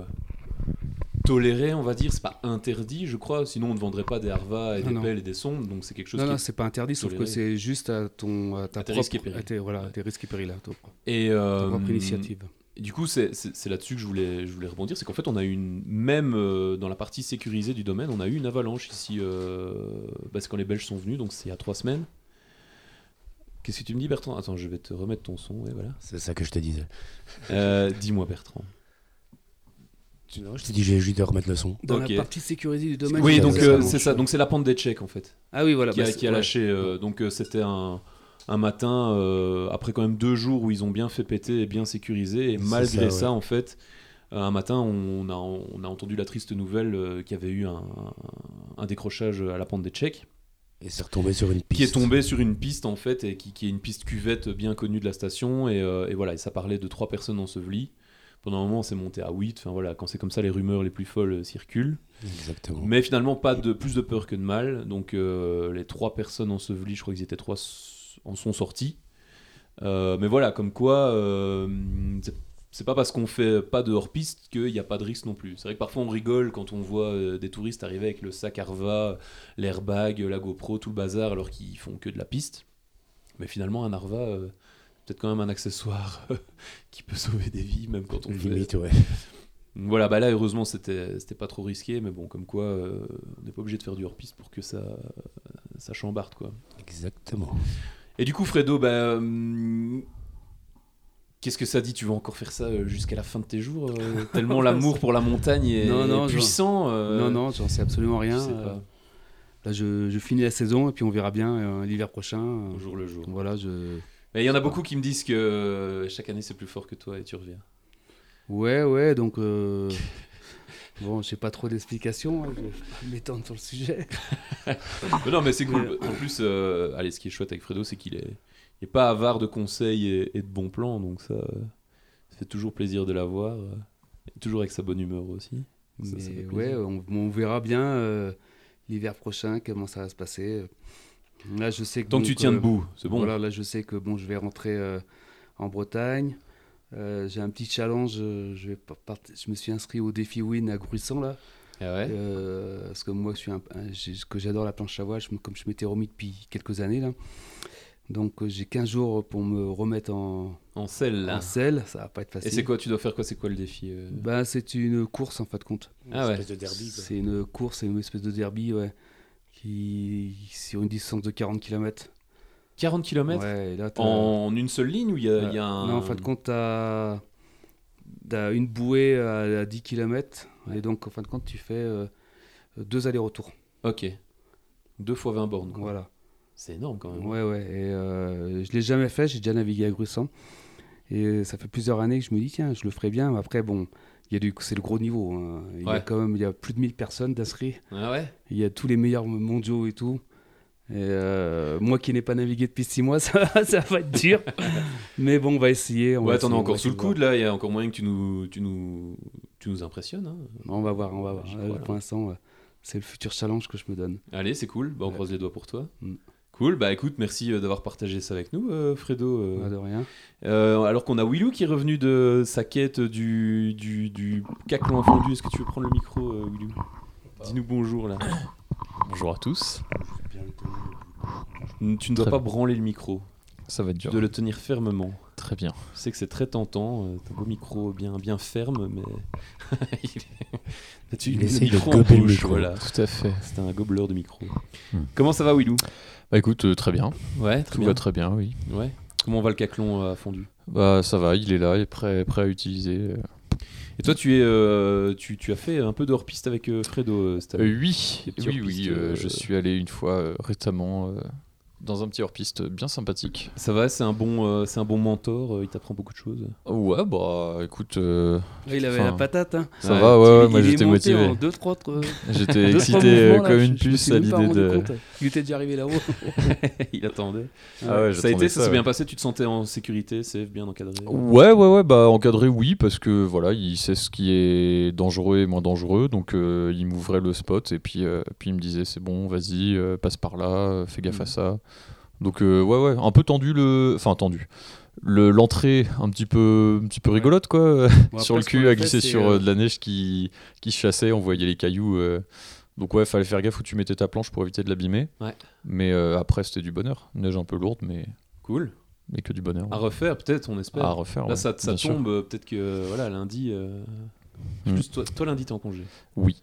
S1: toléré, on va dire. C'est pas interdit, je crois. Sinon, on ne vendrait pas des harvas et
S3: Non,
S1: des
S3: non.
S1: pelles et des sondes. Donc, c'est quelque chose
S3: Non,
S1: qui
S3: non,
S1: est-
S3: c'est pas interdit, sauf
S1: toléré.
S3: que c'est juste à ton à ta
S1: À tes
S3: propre,
S1: risques et périls.
S3: à tes, voilà, à
S1: Ouais.
S3: tes risques et périls, à ta propre,
S1: Et, euh,
S3: ta propre initiative.
S1: Du coup, c'est- c'est c'est là-dessus que je voulais, je voulais rebondir. C'est qu'en fait, on a eu une. Même euh, dans la partie sécurisée du domaine, on a eu une avalanche ici. euh, bah, c'est quand les Belges sont venus, donc c'est il y a trois semaines. Qu'est-ce que tu me dis, Bertrand Attends, je vais te remettre ton son. ouais, voilà.
S2: C'est ça que je te disais.
S1: Euh, Dis-moi, Bertrand.
S2: je te dis, j'ai juste de remettre le son.
S3: Dans
S1: ok.
S3: la partie sécurisée du domaine.
S1: Oui,
S2: c'est
S1: donc
S2: la
S1: euh,
S2: avalanche.
S1: c'est ça. Donc c'est la pente des Tchèques en fait
S3: Ah oui, voilà.
S1: qui a,
S3: bah,
S1: qui a
S3: ouais.
S1: lâché. euh, donc euh, c'était un, un matin euh, après quand même deux jours où ils ont bien fait péter et bien sécurisé. Et
S2: C'est
S1: malgré ça,
S2: ça, ouais.
S1: en fait, euh, un matin on a, on a entendu la triste nouvelle euh, qu'il y avait eu un, un décrochage à la pente des Tchèques
S2: Et c'est retombé sur une piste.
S1: qui est tombé sur une piste en fait et qui, qui est une piste cuvette bien connue de la station et, euh, et voilà et ça parlait de trois personnes ensevelies. Pendant un moment, on s'est monté à 8. Enfin voilà, quand c'est comme ça, les rumeurs les plus folles euh, circulent.
S2: Exactement.
S1: Mais finalement, pas de plus de peur que de mal. Donc, euh, les trois personnes ensevelies, je crois qu'ils étaient trois, s- en sont sortis. Euh, mais voilà, comme quoi, euh, c'est- c'est pas parce qu'on fait pas de hors-piste qu'il n'y a pas de risque non plus. C'est vrai que parfois on rigole quand on voit euh, des touristes arriver avec le sac Arva, l'airbag, la GoPro, tout le bazar, alors qu'ils font que de la piste. Mais finalement, un Arva, euh, peut-être quand même un accessoire (laughs) qui peut sauver des vies, même quand on fait.
S2: Limite, ouais.
S1: Voilà, bah là, heureusement, c'était c'était pas trop risqué, mais bon, comme quoi, euh, on n'est pas obligé de faire du hors-piste pour que ça, ça chambarde, quoi.
S2: Exactement.
S1: Et du coup, Fredo, bah, hum, qu'est-ce que ça dit Tu vas encore faire ça euh, jusqu'à la fin de tes jours
S3: (laughs)
S1: euh, Tellement l'amour pour la montagne est,
S3: Non, non,
S1: est
S3: je-
S1: puissant. euh,
S3: Non, non, j'en sais absolument
S1: je
S3: rien.
S1: sais
S3: euh,
S1: pas,
S3: Là, je, je finis la saison et puis on verra bien euh, l'hiver prochain. euh,
S1: au jour le jour.
S3: Voilà, je.
S1: Mais il y en a beaucoup qui me disent que euh, chaque année, c'est plus fort que toi et tu reviens.
S3: Ouais, ouais, donc. (laughs) euh, Bon, j'ai pas trop d'explications, hein, je vais pas m'étendre sur le sujet.
S1: Mais non, mais c'est cool. En plus, euh, allez, ce qui est chouette avec Fredo, c'est qu'il est, il est pas avare de conseils et, et de bons plans, donc ça, euh, ça fait toujours plaisir de l'avoir. euh, et toujours avec sa bonne humeur aussi. Ça, ça
S3: Mais
S1: fait plaisir.
S3: ouais, on, on verra bien euh, l'hiver prochain comment ça va se passer. Là, je sais que.
S1: Tant que tu
S3: donc,
S1: tiens
S3: euh,
S1: debout, c'est bon.
S3: Voilà, là, je sais que bon, je vais rentrer euh, en Bretagne. Euh, j'ai un petit challenge. euh, je, vais pas part- je me suis inscrit au défi Win à Gruissan, là.
S1: Ah ouais
S3: Euh, parce que moi, je suis un, un- j'ai- que j'adore la planche à voile, je me- comme je m'étais remis depuis quelques années. Là. Donc, euh, j'ai 15 jours pour me remettre en,
S1: En selle, là.
S3: en selle. Ça va pas être
S1: Et
S3: facile.
S1: c'est quoi Tu dois faire quoi C'est quoi le défi euh
S3: bah, C'est une course, en fin de compte.
S1: Ah ouais.
S2: Espèce de derby. quoi.
S3: C'est une course, c'est une espèce de derby, ouais. Qui, sur une distance de 40 km.
S1: 40 km
S3: Ouais, et là, t'as-
S1: En une seule ligne ou il y, a- il y a un.
S3: Euh, Non, en fin de compte, t'as as une bouée à, à 10 km. Et donc, en fin de compte, tu fais euh, deux allers-retours.
S1: Ok. Deux fois 20 bornes. quoi.
S3: Voilà.
S1: C'est énorme quand même.
S3: Ouais, ouais. Et euh, je l'ai jamais fait, j'ai déjà navigué à Gruissan. Et ça fait plusieurs années que je me dis, tiens, je le ferai bien. Mais après, bon, il y a du- c'est le gros niveau. hein. Il y a
S1: Ouais.
S3: quand même il y a plus de 1000 personnes d'inscrits.
S1: Ah ouais
S3: Il y a tous les meilleurs mondiaux et tout. Et euh, moi qui n'ai pas navigué depuis 6 mois, (laughs) ça, va- ça va
S1: (laughs)
S3: être dur. Mais bon, on va essayer. on va
S1: Ouais, t'en as
S3: essayer, on va
S1: encore sous
S3: essayer
S1: le
S3: de voir.
S1: coude là, il y a encore moyen que tu nous, tu nous, tu nous impressionnes. hein.
S3: On va voir, on va voir.
S1: J'y
S3: Euh,
S1: crois, là.
S3: pour l'instant, euh, c'est le futur challenge que je me donne.
S1: Allez, c'est cool. Bah, on
S3: Ouais.
S1: croise les doigts pour toi.
S3: Mm.
S1: Cool, bah écoute, merci euh, d'avoir partagé ça avec nous, euh, Fredo. euh.
S3: Pas de rien.
S4: Ah,
S1: Euh, alors qu'on a Willou qui est revenu de sa quête du, du, du caclon à fondu. Est-ce que tu veux prendre le micro, euh, Willou Dis-nous bonjour là.
S4: Bonjour à tous.
S1: Tu ne dois
S4: Très
S1: pas
S4: bien.
S1: branler le micro,
S4: Ça va être
S1: tu
S4: dur.
S1: dois le tenir fermement.
S4: Très bien.
S1: Je sais que c'est très tentant, euh, t'as beau micro bien, bien ferme, mais. (laughs) Il est- tu
S2: Il
S1: le
S2: essaye de
S1: micro en
S2: gober le
S1: bouche,
S2: micro.
S1: Voilà.
S4: Tout à fait.
S1: C'était un gobeleur de micro.
S4: Hmm.
S1: Comment ça va, Willou
S4: Bah écoute, euh, très bien.
S1: Ouais, très
S4: Tout
S1: bien.
S4: va très bien, oui.
S1: Ouais. Comment va le caclon à fondu
S4: Bah ça va, il est là, il est prêt, prêt à utiliser. euh,
S1: Et toi, tu, es, euh, tu, tu as fait un peu de hors-piste avec euh, Fredo euh, cette année.
S4: Euh, oui,
S1: Les petits
S4: oui,
S1: hors-pistes,
S4: oui. euh,
S1: euh,
S4: Je suis allé une fois euh, récemment euh, dans un petit hors-piste bien sympathique.
S1: Ça va, c'est un, bon, euh, c'est un bon mentor, euh, il t'apprend beaucoup de choses.
S4: Ouais, bah écoute, (laughs) euh,
S3: Ah, il avait
S4: Enfin,
S3: la patate. hein.
S4: ça va, ouais, ouais, moi
S3: il est
S4: j'étais
S3: monté
S4: motivé.
S3: En deux, trois, trois-
S4: J'étais
S3: deux, trois
S4: excité euh,
S3: mouvements, là,
S4: comme
S3: je-
S4: une
S3: je me
S4: puce
S3: suis
S4: à
S3: même pas
S4: l'idée
S3: rendu
S4: de.
S3: compte. Il était déjà
S4: (laughs)
S3: arrivé là-haut.
S1: (laughs) il attendait.
S4: Ah ouais,
S1: ça a
S4: j'attendais
S1: été, ça s'est
S4: ouais.
S1: bien passé, tu te sentais en sécurité, safe, bien encadré.
S4: Ouais, ouais, ouais, bah encadré, oui, parce que voilà, il sait ce qui est dangereux et moins dangereux, donc euh, il m'ouvrait le spot et puis, euh, puis il me disait c'est bon, vas-y, euh, passe par là, euh, fais
S3: Mm.
S4: gaffe à ça. Donc euh, ouais, ouais, un peu tendu le, enfin tendu, le l'entrée un petit peu, un petit peu rigolote quoi, euh,
S3: Bon,
S4: (laughs) sur le
S3: après, ce
S4: cul
S3: qu'on a
S4: à
S3: fait,
S4: glisser
S3: c'est,
S4: sur
S3: euh,
S4: euh, de la neige qui qui se chassait, on voyait les cailloux. euh, donc ouais, fallait faire gaffe où tu mettais ta planche pour éviter de l'abîmer.
S1: Ouais.
S4: Mais euh, après c'était du bonheur, neige un peu lourde, mais
S1: Cool.
S4: mais que du bonheur. hein.
S1: À refaire, peut-être, on espère.
S4: À refaire.
S1: Là,
S4: Ah, ouais,
S1: ça, ça
S4: bien sûr.
S1: tombe, euh, peut-être que euh, voilà, lundi. euh,
S4: Mm.
S1: Juste toi, toi, lundi, t'es en congé.
S4: Oui.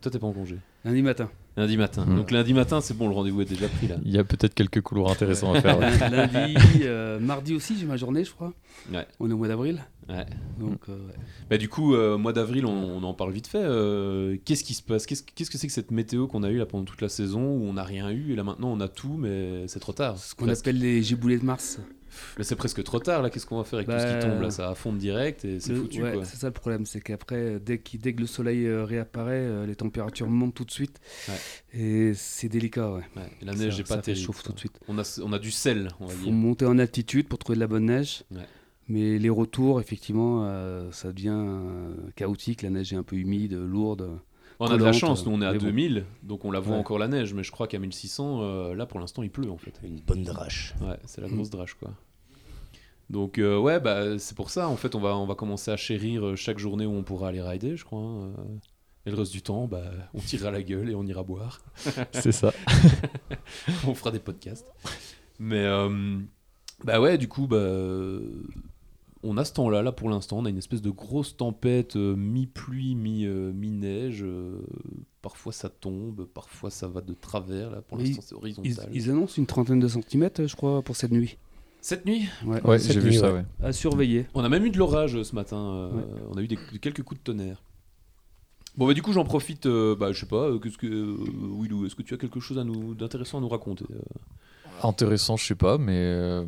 S1: Toi, t'es pas en congé.
S3: Lundi matin.
S1: Lundi matin.
S4: Mm.
S1: Donc, lundi matin, c'est bon, le rendez-vous est déjà pris
S4: (laughs)
S1: là.
S4: Il y a peut-être quelques couloirs intéressants à faire. (laughs) ouais.
S3: Lundi, euh, mardi aussi, j'ai ma journée, je crois.
S1: Ouais.
S3: On est au mois d'avril.
S1: Ouais.
S3: Donc, euh, ouais.
S1: Bah, du coup, euh, mois d'avril, on, on en parle vite fait. Euh, Qu'est-ce qui se passe Qu'est-ce qu'est-ce que c'est que cette météo qu'on a eue là pendant toute la saison où on n'a rien eu et là maintenant on a tout, mais c'est trop tard.
S3: ce qu'on
S1: Presque.
S3: appelle les giboulées de mars.
S1: Mais c'est presque trop tard là. Qu'est-ce qu'on va faire avec tout ce qui
S3: Bah,
S1: tombe là Ça affondre direct et c'est
S3: Le-
S1: foutu
S3: ouais,
S1: quoi.
S3: C'est ça le problème, c'est qu'après, euh, dès, qu'il- dès que le soleil euh, réapparaît, euh, les températures montent tout de suite. Et c'est délicat, ouais.
S1: Ouais,
S4: Ah,
S1: et La neige
S3: Ça-
S1: n'est pas
S3: ça
S1: terrible.
S3: réchauffe tout
S1: quoi.
S3: de suite.
S1: On a, on a du sel, on va
S3: faut
S1: dire.
S3: monter en altitude pour trouver de la bonne neige.
S1: Ouais.
S3: Mais les retours, effectivement, euh, ça devient euh, chaotique. La neige est un peu humide, euh, lourde.
S1: On a de la
S3: collante,
S1: chance, nous on est à
S3: mais bon.
S1: 2000, donc on la voit
S3: Ouais.
S1: encore la neige, mais je crois qu'à 1600, euh, là pour l'instant il pleut en fait.
S2: Une bonne drache.
S1: Ouais, c'est la grosse drache, quoi. Donc, euh, ouais, bah, c'est pour ça, en fait, on va, on va commencer à chérir euh, chaque journée où on pourra aller rider, je crois. hein, euh. Et le reste du temps, bah, on tirera la gueule et on ira boire. (laughs)
S4: (laughs) C'est ça.
S1: on fera des podcasts. Mais, euh, Bah ouais, du coup, bah, euh, on a ce temps-là, là pour l'instant, on a une espèce de grosse tempête euh, mi-pluie, mi, euh, mi-neige. euh, parfois ça tombe, parfois ça va de travers, là pour
S3: Mais
S1: l'instant c'est
S3: Ils,
S1: horizontal.
S3: ils annoncent une trentaine de centimètres, je crois, pour cette nuit.
S1: Cette nuit,
S3: Ouais.
S4: Ouais,
S2: cette
S4: j'ai vu
S2: nuit,
S4: ça,
S2: ouais.
S4: ouais.
S3: À surveiller.
S1: on a même eu de l'orage euh, ce matin, euh,
S3: Ouais.
S1: on a eu des, quelques coups de tonnerre. Bon bah du coup j'en profite, euh, bah je sais pas, euh, qu'est-ce que... euh, Willou, est-ce que tu as quelque chose à nous- d'intéressant à nous raconter euh
S4: Intéressant, je sais pas, mais. euh,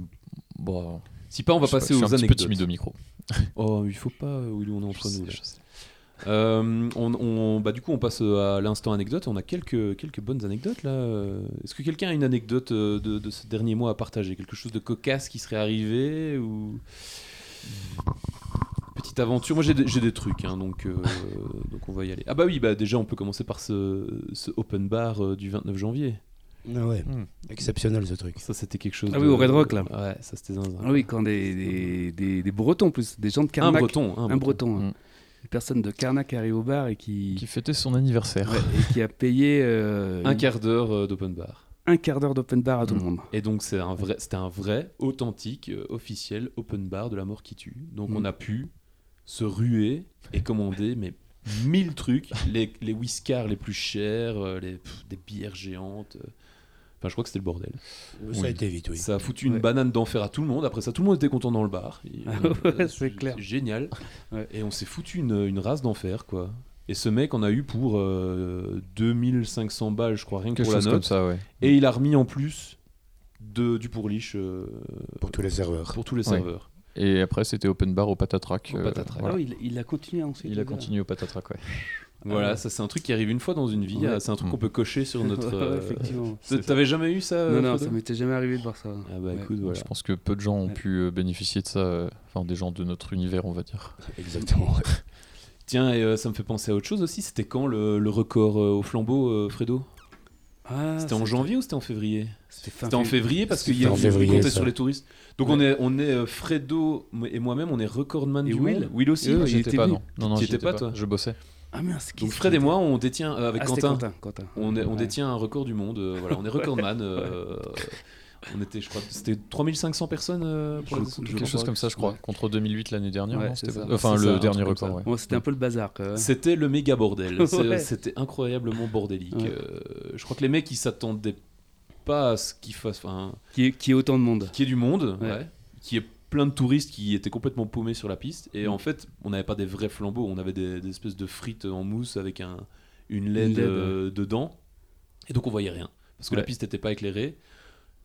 S4: Bon,
S1: Si pas on va
S4: je sais pas,
S1: passer
S4: je suis
S1: aux
S4: un petit peu
S1: anecdotes.
S4: timide au micro.
S1: Oh il faut pas, euh, Willou, on est entre
S4: Je sais,
S1: nous. là.
S4: je sais.
S1: Euh, on, on- bah, du coup, on passe à l'instant anecdote. On a quelques, quelques bonnes anecdotes là. Euh, Est-ce que quelqu'un a une anecdote euh, de, de ce dernier mois à partager Quelque chose de cocasse qui serait arrivé ou petite aventure Moi, j'ai des, j'ai des trucs, hein, donc euh, donc on va y aller. Ah bah oui, bah déjà, on peut commencer par ce, ce open bar euh, du 29 janvier.
S2: Ah ouais,
S4: Hmm.
S2: exceptionnel ce truc.
S1: Ça, c'était quelque chose.
S3: Ah
S1: de-
S3: oui, au Red Rock, là.
S1: Ouais, ça c'était zinzin.
S3: Ah oui, quand des, des, des, des Bretons, en plus, des gens de
S1: un
S3: Carnac.
S1: breton, un,
S3: Un Breton. hein.
S4: Mm.
S3: Une personne de Carnac arrive au bar et qui,
S4: Qui fêtait son anniversaire.
S3: Ouais, et qui a payé euh,
S1: un
S3: une-
S1: quart d'heure euh, d'open bar.
S3: un quart d'heure d'open bar à tout le
S4: Mm.
S3: monde.
S1: Et donc c'est un vrai, c'était un vrai, authentique, euh, officiel open bar de la mort qui tue. Donc
S3: Mm.
S1: on a pu se ruer et commander mais mille trucs, les, les whiskas les plus chers, euh, les, pff, des bières géantes. euh. Enfin je crois que c'était le bordel.
S2: Ça a été vite, oui.
S1: Ça a foutu une
S3: Ouais.
S1: banane d'enfer à tout le monde. Après ça tout le monde était content dans le bar. Et,
S3: Ah
S1: euh,
S3: (laughs) ouais, c'est clair.
S1: Génial.
S3: (laughs) Ouais.
S1: Et on s'est foutu une, une race d'enfer quoi. Et ce mec on a eu pour euh, 2500 balles je crois rien que
S4: Quelque
S1: pour la
S4: chose comme
S1: note.
S4: ça, ouais.
S1: Et il a remis en plus de, du pourliche euh,
S2: Pour tous les serveurs.
S1: pour tous les
S4: Ouais.
S1: serveurs.
S4: Et après, c'était open bar au patatrac.
S1: Au
S4: euh,
S1: Patatrac.
S4: voilà.
S3: Ah oui, il, il a continué ensuite.
S4: Il a
S3: le gars.
S4: continué au patatrac, ouais.
S1: Voilà,
S3: ouais.
S1: ça c'est un truc qui arrive une fois dans une vie,
S3: Ouais.
S1: ah, c'est un truc
S4: Mm.
S1: qu'on peut cocher
S3: (laughs)
S1: sur notre...
S3: Ouais,
S1: euh,
S3: effectivement.
S1: c'est- T'avais jamais eu ça euh,
S3: Non, non,
S1: Fredo
S3: ça m'était jamais arrivé de voir ça.
S1: Ah bah
S3: Ouais.
S1: écoute,
S4: Donc,
S1: voilà.
S4: Je pense que peu de gens ont
S3: Ouais.
S4: pu euh, bénéficier de ça, euh, enfin des gens de notre univers, on va dire.
S1: Ah
S2: Exactement. (laughs)
S1: Tiens, et, euh, ça me fait penser à autre chose aussi, c'était quand le, le record euh, au flambeau, euh, Fredo
S3: Ah,
S1: C'était en janvier ou c'était en février
S3: c'était fin
S1: C'était en février parce qu'il y a
S2: C'était en
S1: eu-
S2: février,
S1: comptait
S2: ça.
S1: sur les touristes. Donc on est, on est euh, Fredo et moi-même, on est recordman
S3: Et
S1: du
S3: Will.
S1: monde. Will aussi.
S3: Et eux,
S4: Non,
S3: il
S4: j'y étais
S3: était
S4: pas,
S3: venu.
S4: non. Non, non,
S1: T'y
S4: j'y
S1: étais
S4: étais
S1: pas,
S4: pas,
S1: toi
S4: Je bossais.
S3: Ah mince, qui
S1: Donc Fred et moi, on détient, euh, avec
S3: Ah, c'était
S1: Quentin,
S3: Quentin, Quentin.
S1: On, est- on
S3: Ouais.
S1: détient un record du monde, euh,
S3: (laughs)
S1: voilà, on est recordman. euh, on était, je crois, c'était 3500 personnes euh, pour la descente du
S4: Quelque chose
S1: Grand
S4: comme ça, je crois.
S3: Ouais.
S4: Contre 2008 l'année dernière.
S3: Ouais,
S4: non,
S3: c'est
S4: c'était
S3: ça.
S4: pas- Enfin,
S1: C'est ça, un
S4: le
S1: truc
S4: dernier
S1: comme
S4: record,
S1: ça.
S4: ouais.
S3: Bon, c'était un peu le bazar. quoi,
S1: Rock.
S3: hein.
S1: C'était le méga
S3: (laughs)
S1: bordel. C'est-
S3: Ouais.
S1: C'était incroyablement bordélique.
S3: Ouais.
S1: Euh, je crois que les mecs, ils s'attendaient pas à ce qu'ils fassent, enfin,
S3: Qui est, qui est autant de monde.
S1: qu'il y ait du monde,
S3: Ouais.
S1: ouais, qu'il y ait plein de touristes qui étaient complètement paumés sur la piste. Et
S3: Mm.
S1: en fait, on n'avait pas des vrais flambeaux, on avait des, des espèces de frites en mousse avec un, une
S3: Une
S1: LED,
S3: LED,
S1: euh, dedans. Et donc on voyait rien, parce que la
S3: Ouais.
S1: piste n'était pas éclairée.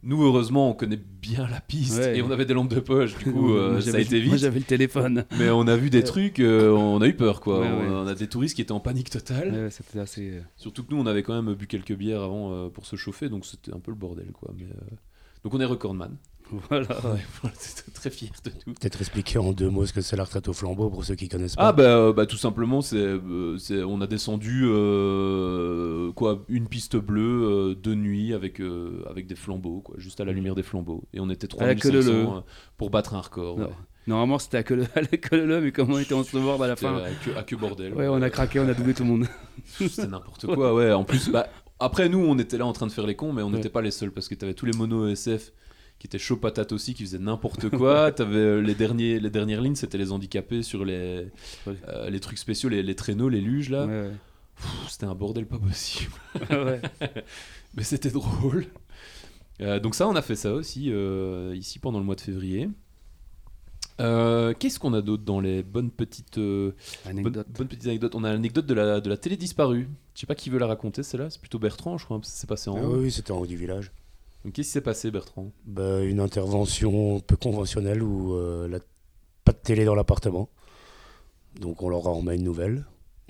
S1: Nous, heureusement, on connaît bien la piste
S3: Ouais.
S1: et on avait des lampes de poche, (laughs) du coup, euh,
S3: (laughs) Moi,
S1: ça a
S3: j'avais-
S1: été
S3: Moi,
S1: vite.
S3: j'avais le téléphone. (laughs)
S1: Mais on a vu des trucs, euh, on a eu peur, quoi.
S3: Ouais,
S1: on,
S3: ouais.
S1: on a des touristes qui étaient en panique totale.
S3: Ouais, c'était assez. euh,
S1: Surtout que nous, on avait quand même bu quelques bières avant euh, pour se chauffer, donc c'était un peu le bordel, quoi. Mais, euh, Donc on est recordman.
S3: (laughs) Voilà.
S1: Ah (laughs) C'était très fier de nous.
S2: Peut-être expliquer en deux mots ce que c'est la retraite au flambeau pour ceux qui connaissent pas.
S1: Ah bah, euh, bah, tout simplement c'est euh, c'est- on a descendu euh, quoi une piste bleue euh, de nuit avec euh, avec des flambeaux quoi juste à la lumière des flambeaux et on était
S3: À la queue
S1: 3500
S3: leu-leu.
S1: euh, pour battre un record ouais.
S3: Non. Normalement, c'était à que le, à la que le- mais comment on était en snowboard à la
S1: C'était,
S3: fin
S1: euh, à queue- à queue bordel
S3: Ouais, on a craqué, on a doublé tout le monde.
S1: c'était (laughs) n'importe quoi ouais en plus bah, après nous on était là en train de faire les cons mais on
S3: Ouais.
S1: n'était pas les seuls parce que t'avais tous les monos SF qui étaient chauds patates aussi qui faisaient n'importe
S3: (laughs)
S1: quoi t'avais euh, les derniers les dernières lignes c'était les handicapés sur les
S3: Ouais.
S1: euh, les trucs spéciaux les, les traîneaux les luges là
S3: Ouais,
S1: Pff, c'était un bordel pas possible (laughs)
S3: ouais. Ouais.
S1: Mais c'était drôle. Euh, donc ça, on a fait ça aussi euh, ici pendant le mois de février. Euh, Qu'est-ce qu'on a d'autre dans les bonnes petites, euh, bonnes,
S3: Anecdote.
S1: bonnes petites anecdotes On a l'anecdote de la, de la télé disparue. Je sais pas qui veut la raconter, celle-là. C'est plutôt Bertrand, je crois, parce que c'est passé en
S2: Ah
S1: haut.
S2: oui, oui, c'était en haut du village.
S1: Donc, Qu'est-ce qui s'est passé, Bertrand
S2: Bah, une intervention peu conventionnelle où euh, la- pas de télé dans l'appartement. Donc on leur a remis une nouvelle.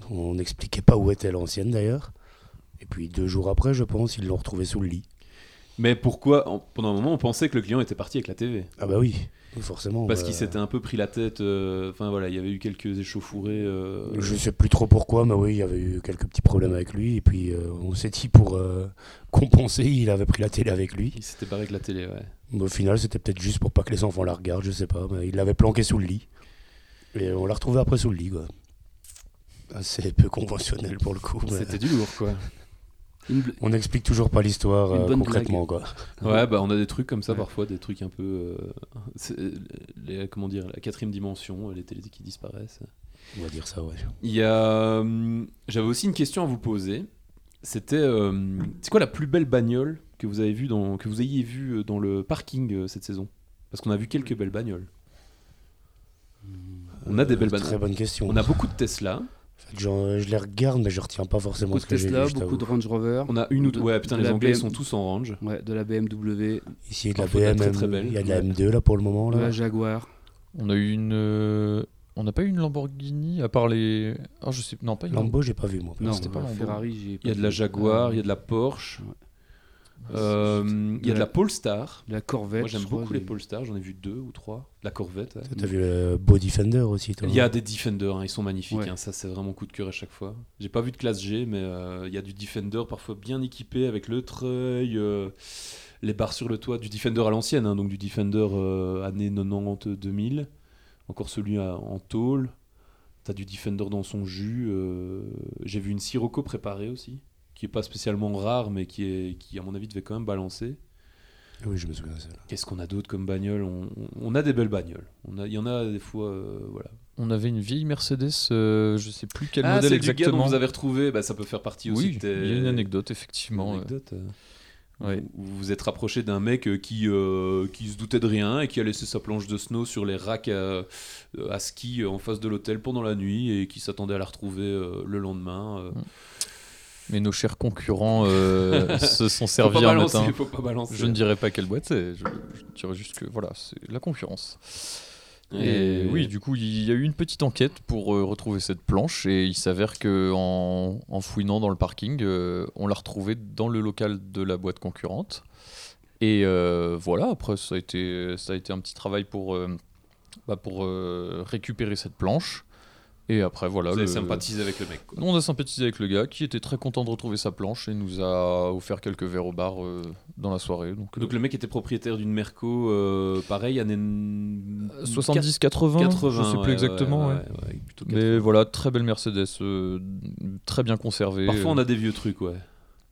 S2: On n'expliquait pas où était l'ancienne d'ailleurs. Et puis deux jours après, je pense, ils l'ont retrouvée sous le lit.
S1: Mais pourquoi en- Pendant un moment, on pensait que le client était parti avec la TV.
S2: Ah bah oui, forcément.
S1: Parce
S2: bah,
S1: qu'il s'était un peu pris la tête. euh, Enfin voilà, il y avait eu quelques échauffourées. euh,
S2: Je sais plus trop pourquoi, mais oui, il y avait eu quelques petits problèmes avec lui. Et puis euh, on s'est dit pour euh, compenser, il avait pris la télé avec lui.
S1: Il s'était barré avec la télé, ouais.
S2: Mais au final, c'était peut-être juste pour pas que les enfants la regardent, je sais pas. Mais il l'avait planqué sous le lit. Et on l'a retrouvé après sous le lit, quoi. Assez peu conventionnel pour le coup. mais-
S1: C'était du lourd, quoi.
S3: Une bl-
S2: On n'explique toujours pas l'histoire
S3: Une
S2: euh,
S3: bonne
S2: concrètement, quoi.
S1: (laughs) Ouais, bah on a des trucs comme ça
S3: Ouais.
S1: parfois, des trucs un peu. euh, c'est- les- comment dire La quatrième dimension, les télés qui disparaissent.
S2: On va dire ça, ouais.
S1: Il y a. hum, J'avais aussi une question à vous poser. C'était. euh, c'est quoi la plus belle bagnole que vous avez vue dans que vous ayez vue dans le parking euh, cette saison Parce qu'on a vu quelques belles bagnoles. On a des belles
S2: Euh, Très
S1: bagnoles.
S2: bonne question.
S1: On a beaucoup de Tesla.
S2: En fait, genre, je les regarde, mais je retiens pas forcément
S3: Beaucoup de
S2: ce que j'ai
S3: Tesla,
S2: vu, je t'avoue.
S3: beaucoup de Range Rover,
S1: On a une ou deux. Ouais, putain,
S3: de
S1: les
S3: la
S1: Anglais
S3: BM.
S1: sont tous en range.
S3: ouais, de la BMW,
S2: Ici, il y a de la
S1: Parfois,
S2: BM,
S1: très, très belle.
S2: il y a de la M2 là pour le moment.
S3: de la
S2: Là.
S3: Jaguar.
S4: On a eu une. euh, On n'a pas eu une Lamborghini à part les. Ah, je sais. Non, pas une
S2: Lambo, j'ai pas vu moi.
S3: Non,
S4: c'était pas
S3: euh,
S4: Lambo.
S3: Ferrari, j'ai pas
S1: Il y a de la
S3: vu. Ah.
S1: Jaguar, il y a de la Porsche. Euh, il y a de la Polestar.
S3: De la Corvette.
S1: Moi j'aime
S3: je crois,
S1: beaucoup les
S3: j'ai-
S1: Polestar, j'en ai vu deux ou trois. La Corvette. ouais.
S2: T'as vu le Beau Defender aussi, toi
S1: Il y a des Defender, hein, ils sont magnifiques.
S3: Ouais.
S1: hein, ça, c'est vraiment coup de cœur à chaque fois. J'ai pas vu de classe G, mais euh, il y a du Defender parfois bien équipé avec le treuil, euh, les barres sur le toit, du Defender à l'ancienne, hein, donc du Defender euh, années 90-2000. Encore celui à- en tôle. T'as du Defender dans son jus. euh, J'ai vu une Sirocco préparée aussi, qui est pas spécialement rare, mais qui, est, qui à mon avis devait quand même balancer.
S2: Ah Oui, je me souviens de ça. là.
S1: Qu'est-ce qu'on a d'autre comme bagnole on, on- on a des belles bagnoles. On a- Il y en a des fois, euh, voilà.
S4: On avait une vieille Mercedes, euh, je sais plus quel
S1: ah,
S4: modèle
S1: c'est du gars dont
S4: exactement.
S1: vous avez retrouvé, bah, ça peut faire partie aussi.
S4: oui,
S1: de tes-
S4: il y a une anecdote,
S1: une
S4: effectivement.
S1: anecdote, euh,
S4: euh, ouais.
S1: où vous vous êtes rapproché d'un mec euh, qui, euh, qui se doutait de rien et qui a laissé sa planche de snow sur les racks à, euh, à ski euh, en face de l'hôtel pendant la nuit et qui s'attendait à la retrouver euh, le lendemain. euh.
S4: Faut euh, Mais nos chers concurrents
S1: (laughs)
S4: euh, se sont
S1: Faut
S4: servis
S1: pas
S4: un
S1: balancer,
S4: matin.
S1: faut pas balancer.
S4: Je ne dirais pas quelle boîte c'est, je, je dirais juste que voilà, c'est la concurrence. Et,
S1: Et- euh,
S4: oui, du coup, il y a eu une petite enquête pour euh, retrouver cette planche et il s'avère que en, en fouinant dans le parking, euh, on l'a retrouvée dans le local de la boîte concurrente. Et euh, voilà, après ça a été ça a été un petit travail pour euh, bah, pour euh, récupérer cette planche. Et après voilà,
S1: Vous
S4: le-
S1: avez sympathisé avec le mec. quoi.
S4: on a sympathisé avec le gars qui était très content de retrouver sa planche et nous a offert quelques verres au bar euh, dans la soirée. Donc,
S1: Donc le mec était propriétaire d'une Merco, euh, pareil, année
S4: 70, 80,
S1: 80,
S4: euh, je sais plus
S1: ouais,
S4: exactement.
S1: ouais,
S4: ouais.
S1: ouais, ouais, plutôt
S4: Mais voilà, très belle Mercedes, euh, très bien conservée.
S1: Parfois, on a des vieux trucs, ouais.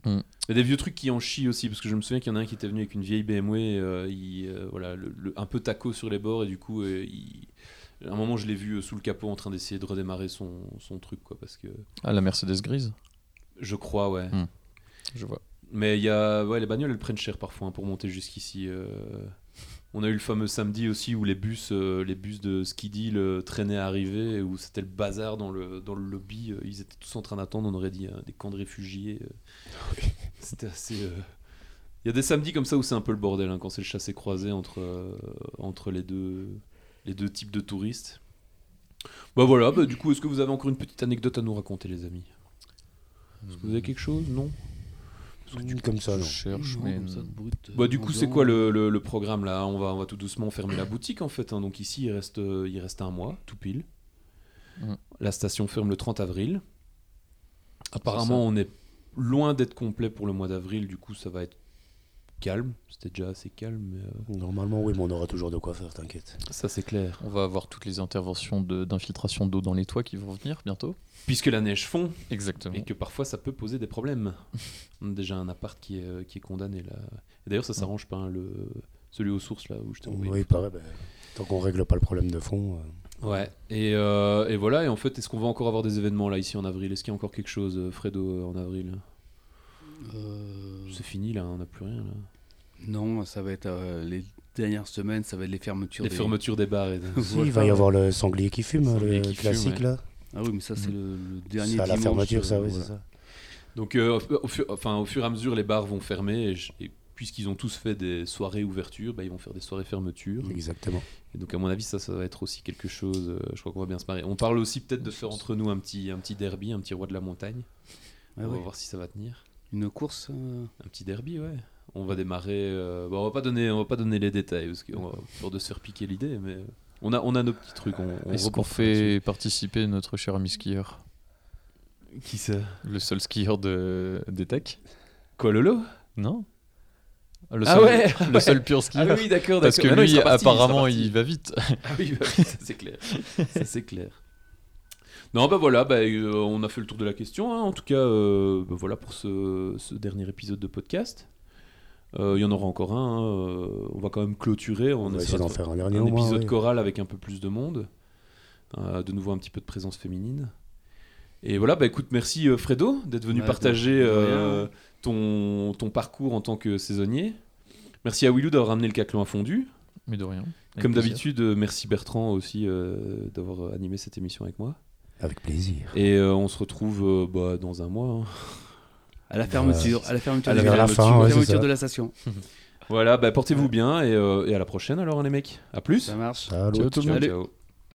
S4: Hmm.
S1: Et des vieux trucs qui en chient aussi, parce que je me souviens qu'il y en a un qui était venu avec une vieille BMW, euh, il, euh, voilà, le- le- un peu taco sur les bords, et du coup, euh, il- à un moment, je l'ai vu euh, sous le capot en train d'essayer de redémarrer son, son truc, quoi, parce que
S4: Ah, la Mercedes grise,
S1: je crois, ouais.
S4: Hmm. je vois.
S1: Mais il y a, ouais, les bagnoles, elles prennent cher parfois hein, pour monter jusqu'ici. euh. On a eu le fameux samedi aussi où les bus, euh, les bus de ski deal euh, traînaient à arriver, et où c'était le bazar dans le, dans le lobby. euh, ils étaient tous en train d'attendre, on aurait dit euh, des camps de réfugiés. euh. C'était assez. euh, Il y a des samedis comme ça où c'est un peu le bordel, hein, quand c'est le chassé-croisé entre, euh, entre les, deux, les deux types de touristes. Bah voilà, bah du coup, est-ce que vous avez encore une petite anecdote à nous raconter, les amis Est-ce
S4: Hmm.
S1: que vous avez quelque chose Non
S2: Comme ça, non.
S4: Je cherche,
S3: Non,
S4: mais
S3: comme ça, de brut, euh,
S1: bah du coup c'est
S3: ambiant.
S1: quoi le, le- le programme là on va, on va tout doucement fermer la boutique en fait. hein. Donc ici il reste, euh, il reste un mois tout pile.
S4: Mm.
S1: La station ferme le 30 avril. Apparemment on est loin d'être complet pour le mois d'avril du coup ça va être calme. C'était déjà assez calme mais euh,
S2: Normalement, oui, mais on aura toujours de quoi faire, t'inquiète.
S1: ça c'est clair.
S4: on va avoir toutes les interventions de- d'infiltration d'eau dans les toits qui vont venir bientôt.
S1: Puisque la neige fond
S4: Exactement.
S1: et que parfois ça peut poser des problèmes. on a déjà un appart qui est, euh, qui est condamné là. Et d'ailleurs ça s'arrange pas hein, le... celui aux sources là où je t'ai
S2: Oui,
S1: envoyé.
S2: pareil, ben, tant qu'on règle pas le problème de fond. euh,
S1: Ouais, et, euh, et voilà, et en fait, est-ce qu'on va encore avoir des événements là ici en avril Est-ce qu'il y a encore quelque chose, euh, Fredo, euh, en avril
S3: Euh,
S1: C'est fini là, on n'a plus rien là.
S3: Non, ça va être euh, les dernières semaines, ça va être les fermetures.
S1: Les
S3: des- (laughs)
S1: fermetures des bars et
S2: si, il va y avoir le sanglier qui fume, hein,
S1: Sanglier
S2: le
S1: qui fume,
S2: classique
S1: ouais.
S2: là.
S3: Ah oui, mais ça c'est le, le dernier.
S2: C'est à la
S3: dimanche,
S2: fermeture,
S3: euh,
S2: Mm. ça, oui,
S3: voilà.
S2: c'est ça.
S1: (laughs) Donc, euh, au, fur, enfin, au fur et à mesure, les bars vont fermer, et, je- et puisqu'ils ont tous fait des soirées ouvertures, bah, ils vont faire des soirées fermetures.
S2: Exactement.
S1: Et donc, à mon avis, ça, ça va être aussi quelque chose. euh, je crois qu'on va bien se marrer. On parle aussi peut-être de faire entre nous un petit, un petit derby, un petit roi de la montagne.
S3: Ah
S1: on
S3: oui.
S1: va voir si ça va tenir.
S3: Une course. euh,
S1: Un petit derby, ouais. On va démarrer. euh, bon, on va pas donner, on va pas donner les détails parce qu'on va peur de se faire piquer l'idée, mais euh, on a, on a nos petits trucs. On, on
S4: Est-ce qu'on
S1: rebondit là-dessus.
S4: fait participer notre cher ami skieur
S1: qui ça
S4: Le seul skieur de, des techs
S1: Quoi, Lolo
S4: Non le
S1: Ah
S4: seul,
S1: ouais,
S4: Le
S1: ouais.
S4: seul pur skieur
S1: oui, d'accord,
S4: Parce que
S1: Ah non,
S4: lui,
S1: sera parti,
S4: apparemment,
S1: sera parti.
S4: il va vite.
S1: Ah oui, bah oui, ça c'est clair. Ça c'est clair. Non, bah voilà, bah, euh, on a fait le tour de la question. hein. En tout cas, euh, bah voilà pour ce, ce dernier épisode de podcast. Euh, Il y en aura encore un. hein, euh, On va quand même clôturer.
S2: On
S1: On,
S2: va
S1: essaiera
S2: essayer d'en
S1: de
S2: faire un
S1: un
S2: dernier au moins,
S1: épisode
S2: ouais.
S1: choral avec un peu plus de monde. Euh, de nouveau un petit peu de présence féminine. Et voilà, bah écoute, merci euh, Fredo d'être venu
S3: Ouais,
S1: partager
S3: de- de rien.
S1: euh, ton, ton parcours en tant que saisonnier. Merci à Willou d'avoir amené le caclon à fondu.
S4: Mais de rien. Avec
S1: Comme
S4: plaisir.
S1: d'habitude, euh, merci Bertrand aussi euh, d'avoir animé cette émission avec moi.
S2: Avec plaisir.
S1: Et euh, on se retrouve euh, bah, dans un mois. hein.
S3: À la fermeture, à la fermeture,
S1: À la
S3: de
S1: vers la
S3: fermeture,
S2: fin, ouais, c'est
S3: fermeture
S2: ça.
S3: de la station.
S1: Voilà, bah, portez-vous bien et, euh, et à la prochaine alors hein, les mecs. À plus.
S3: Ça marche.
S2: Salut.
S4: Ciao tout le monde.
S3: Salut.
S1: Ciao.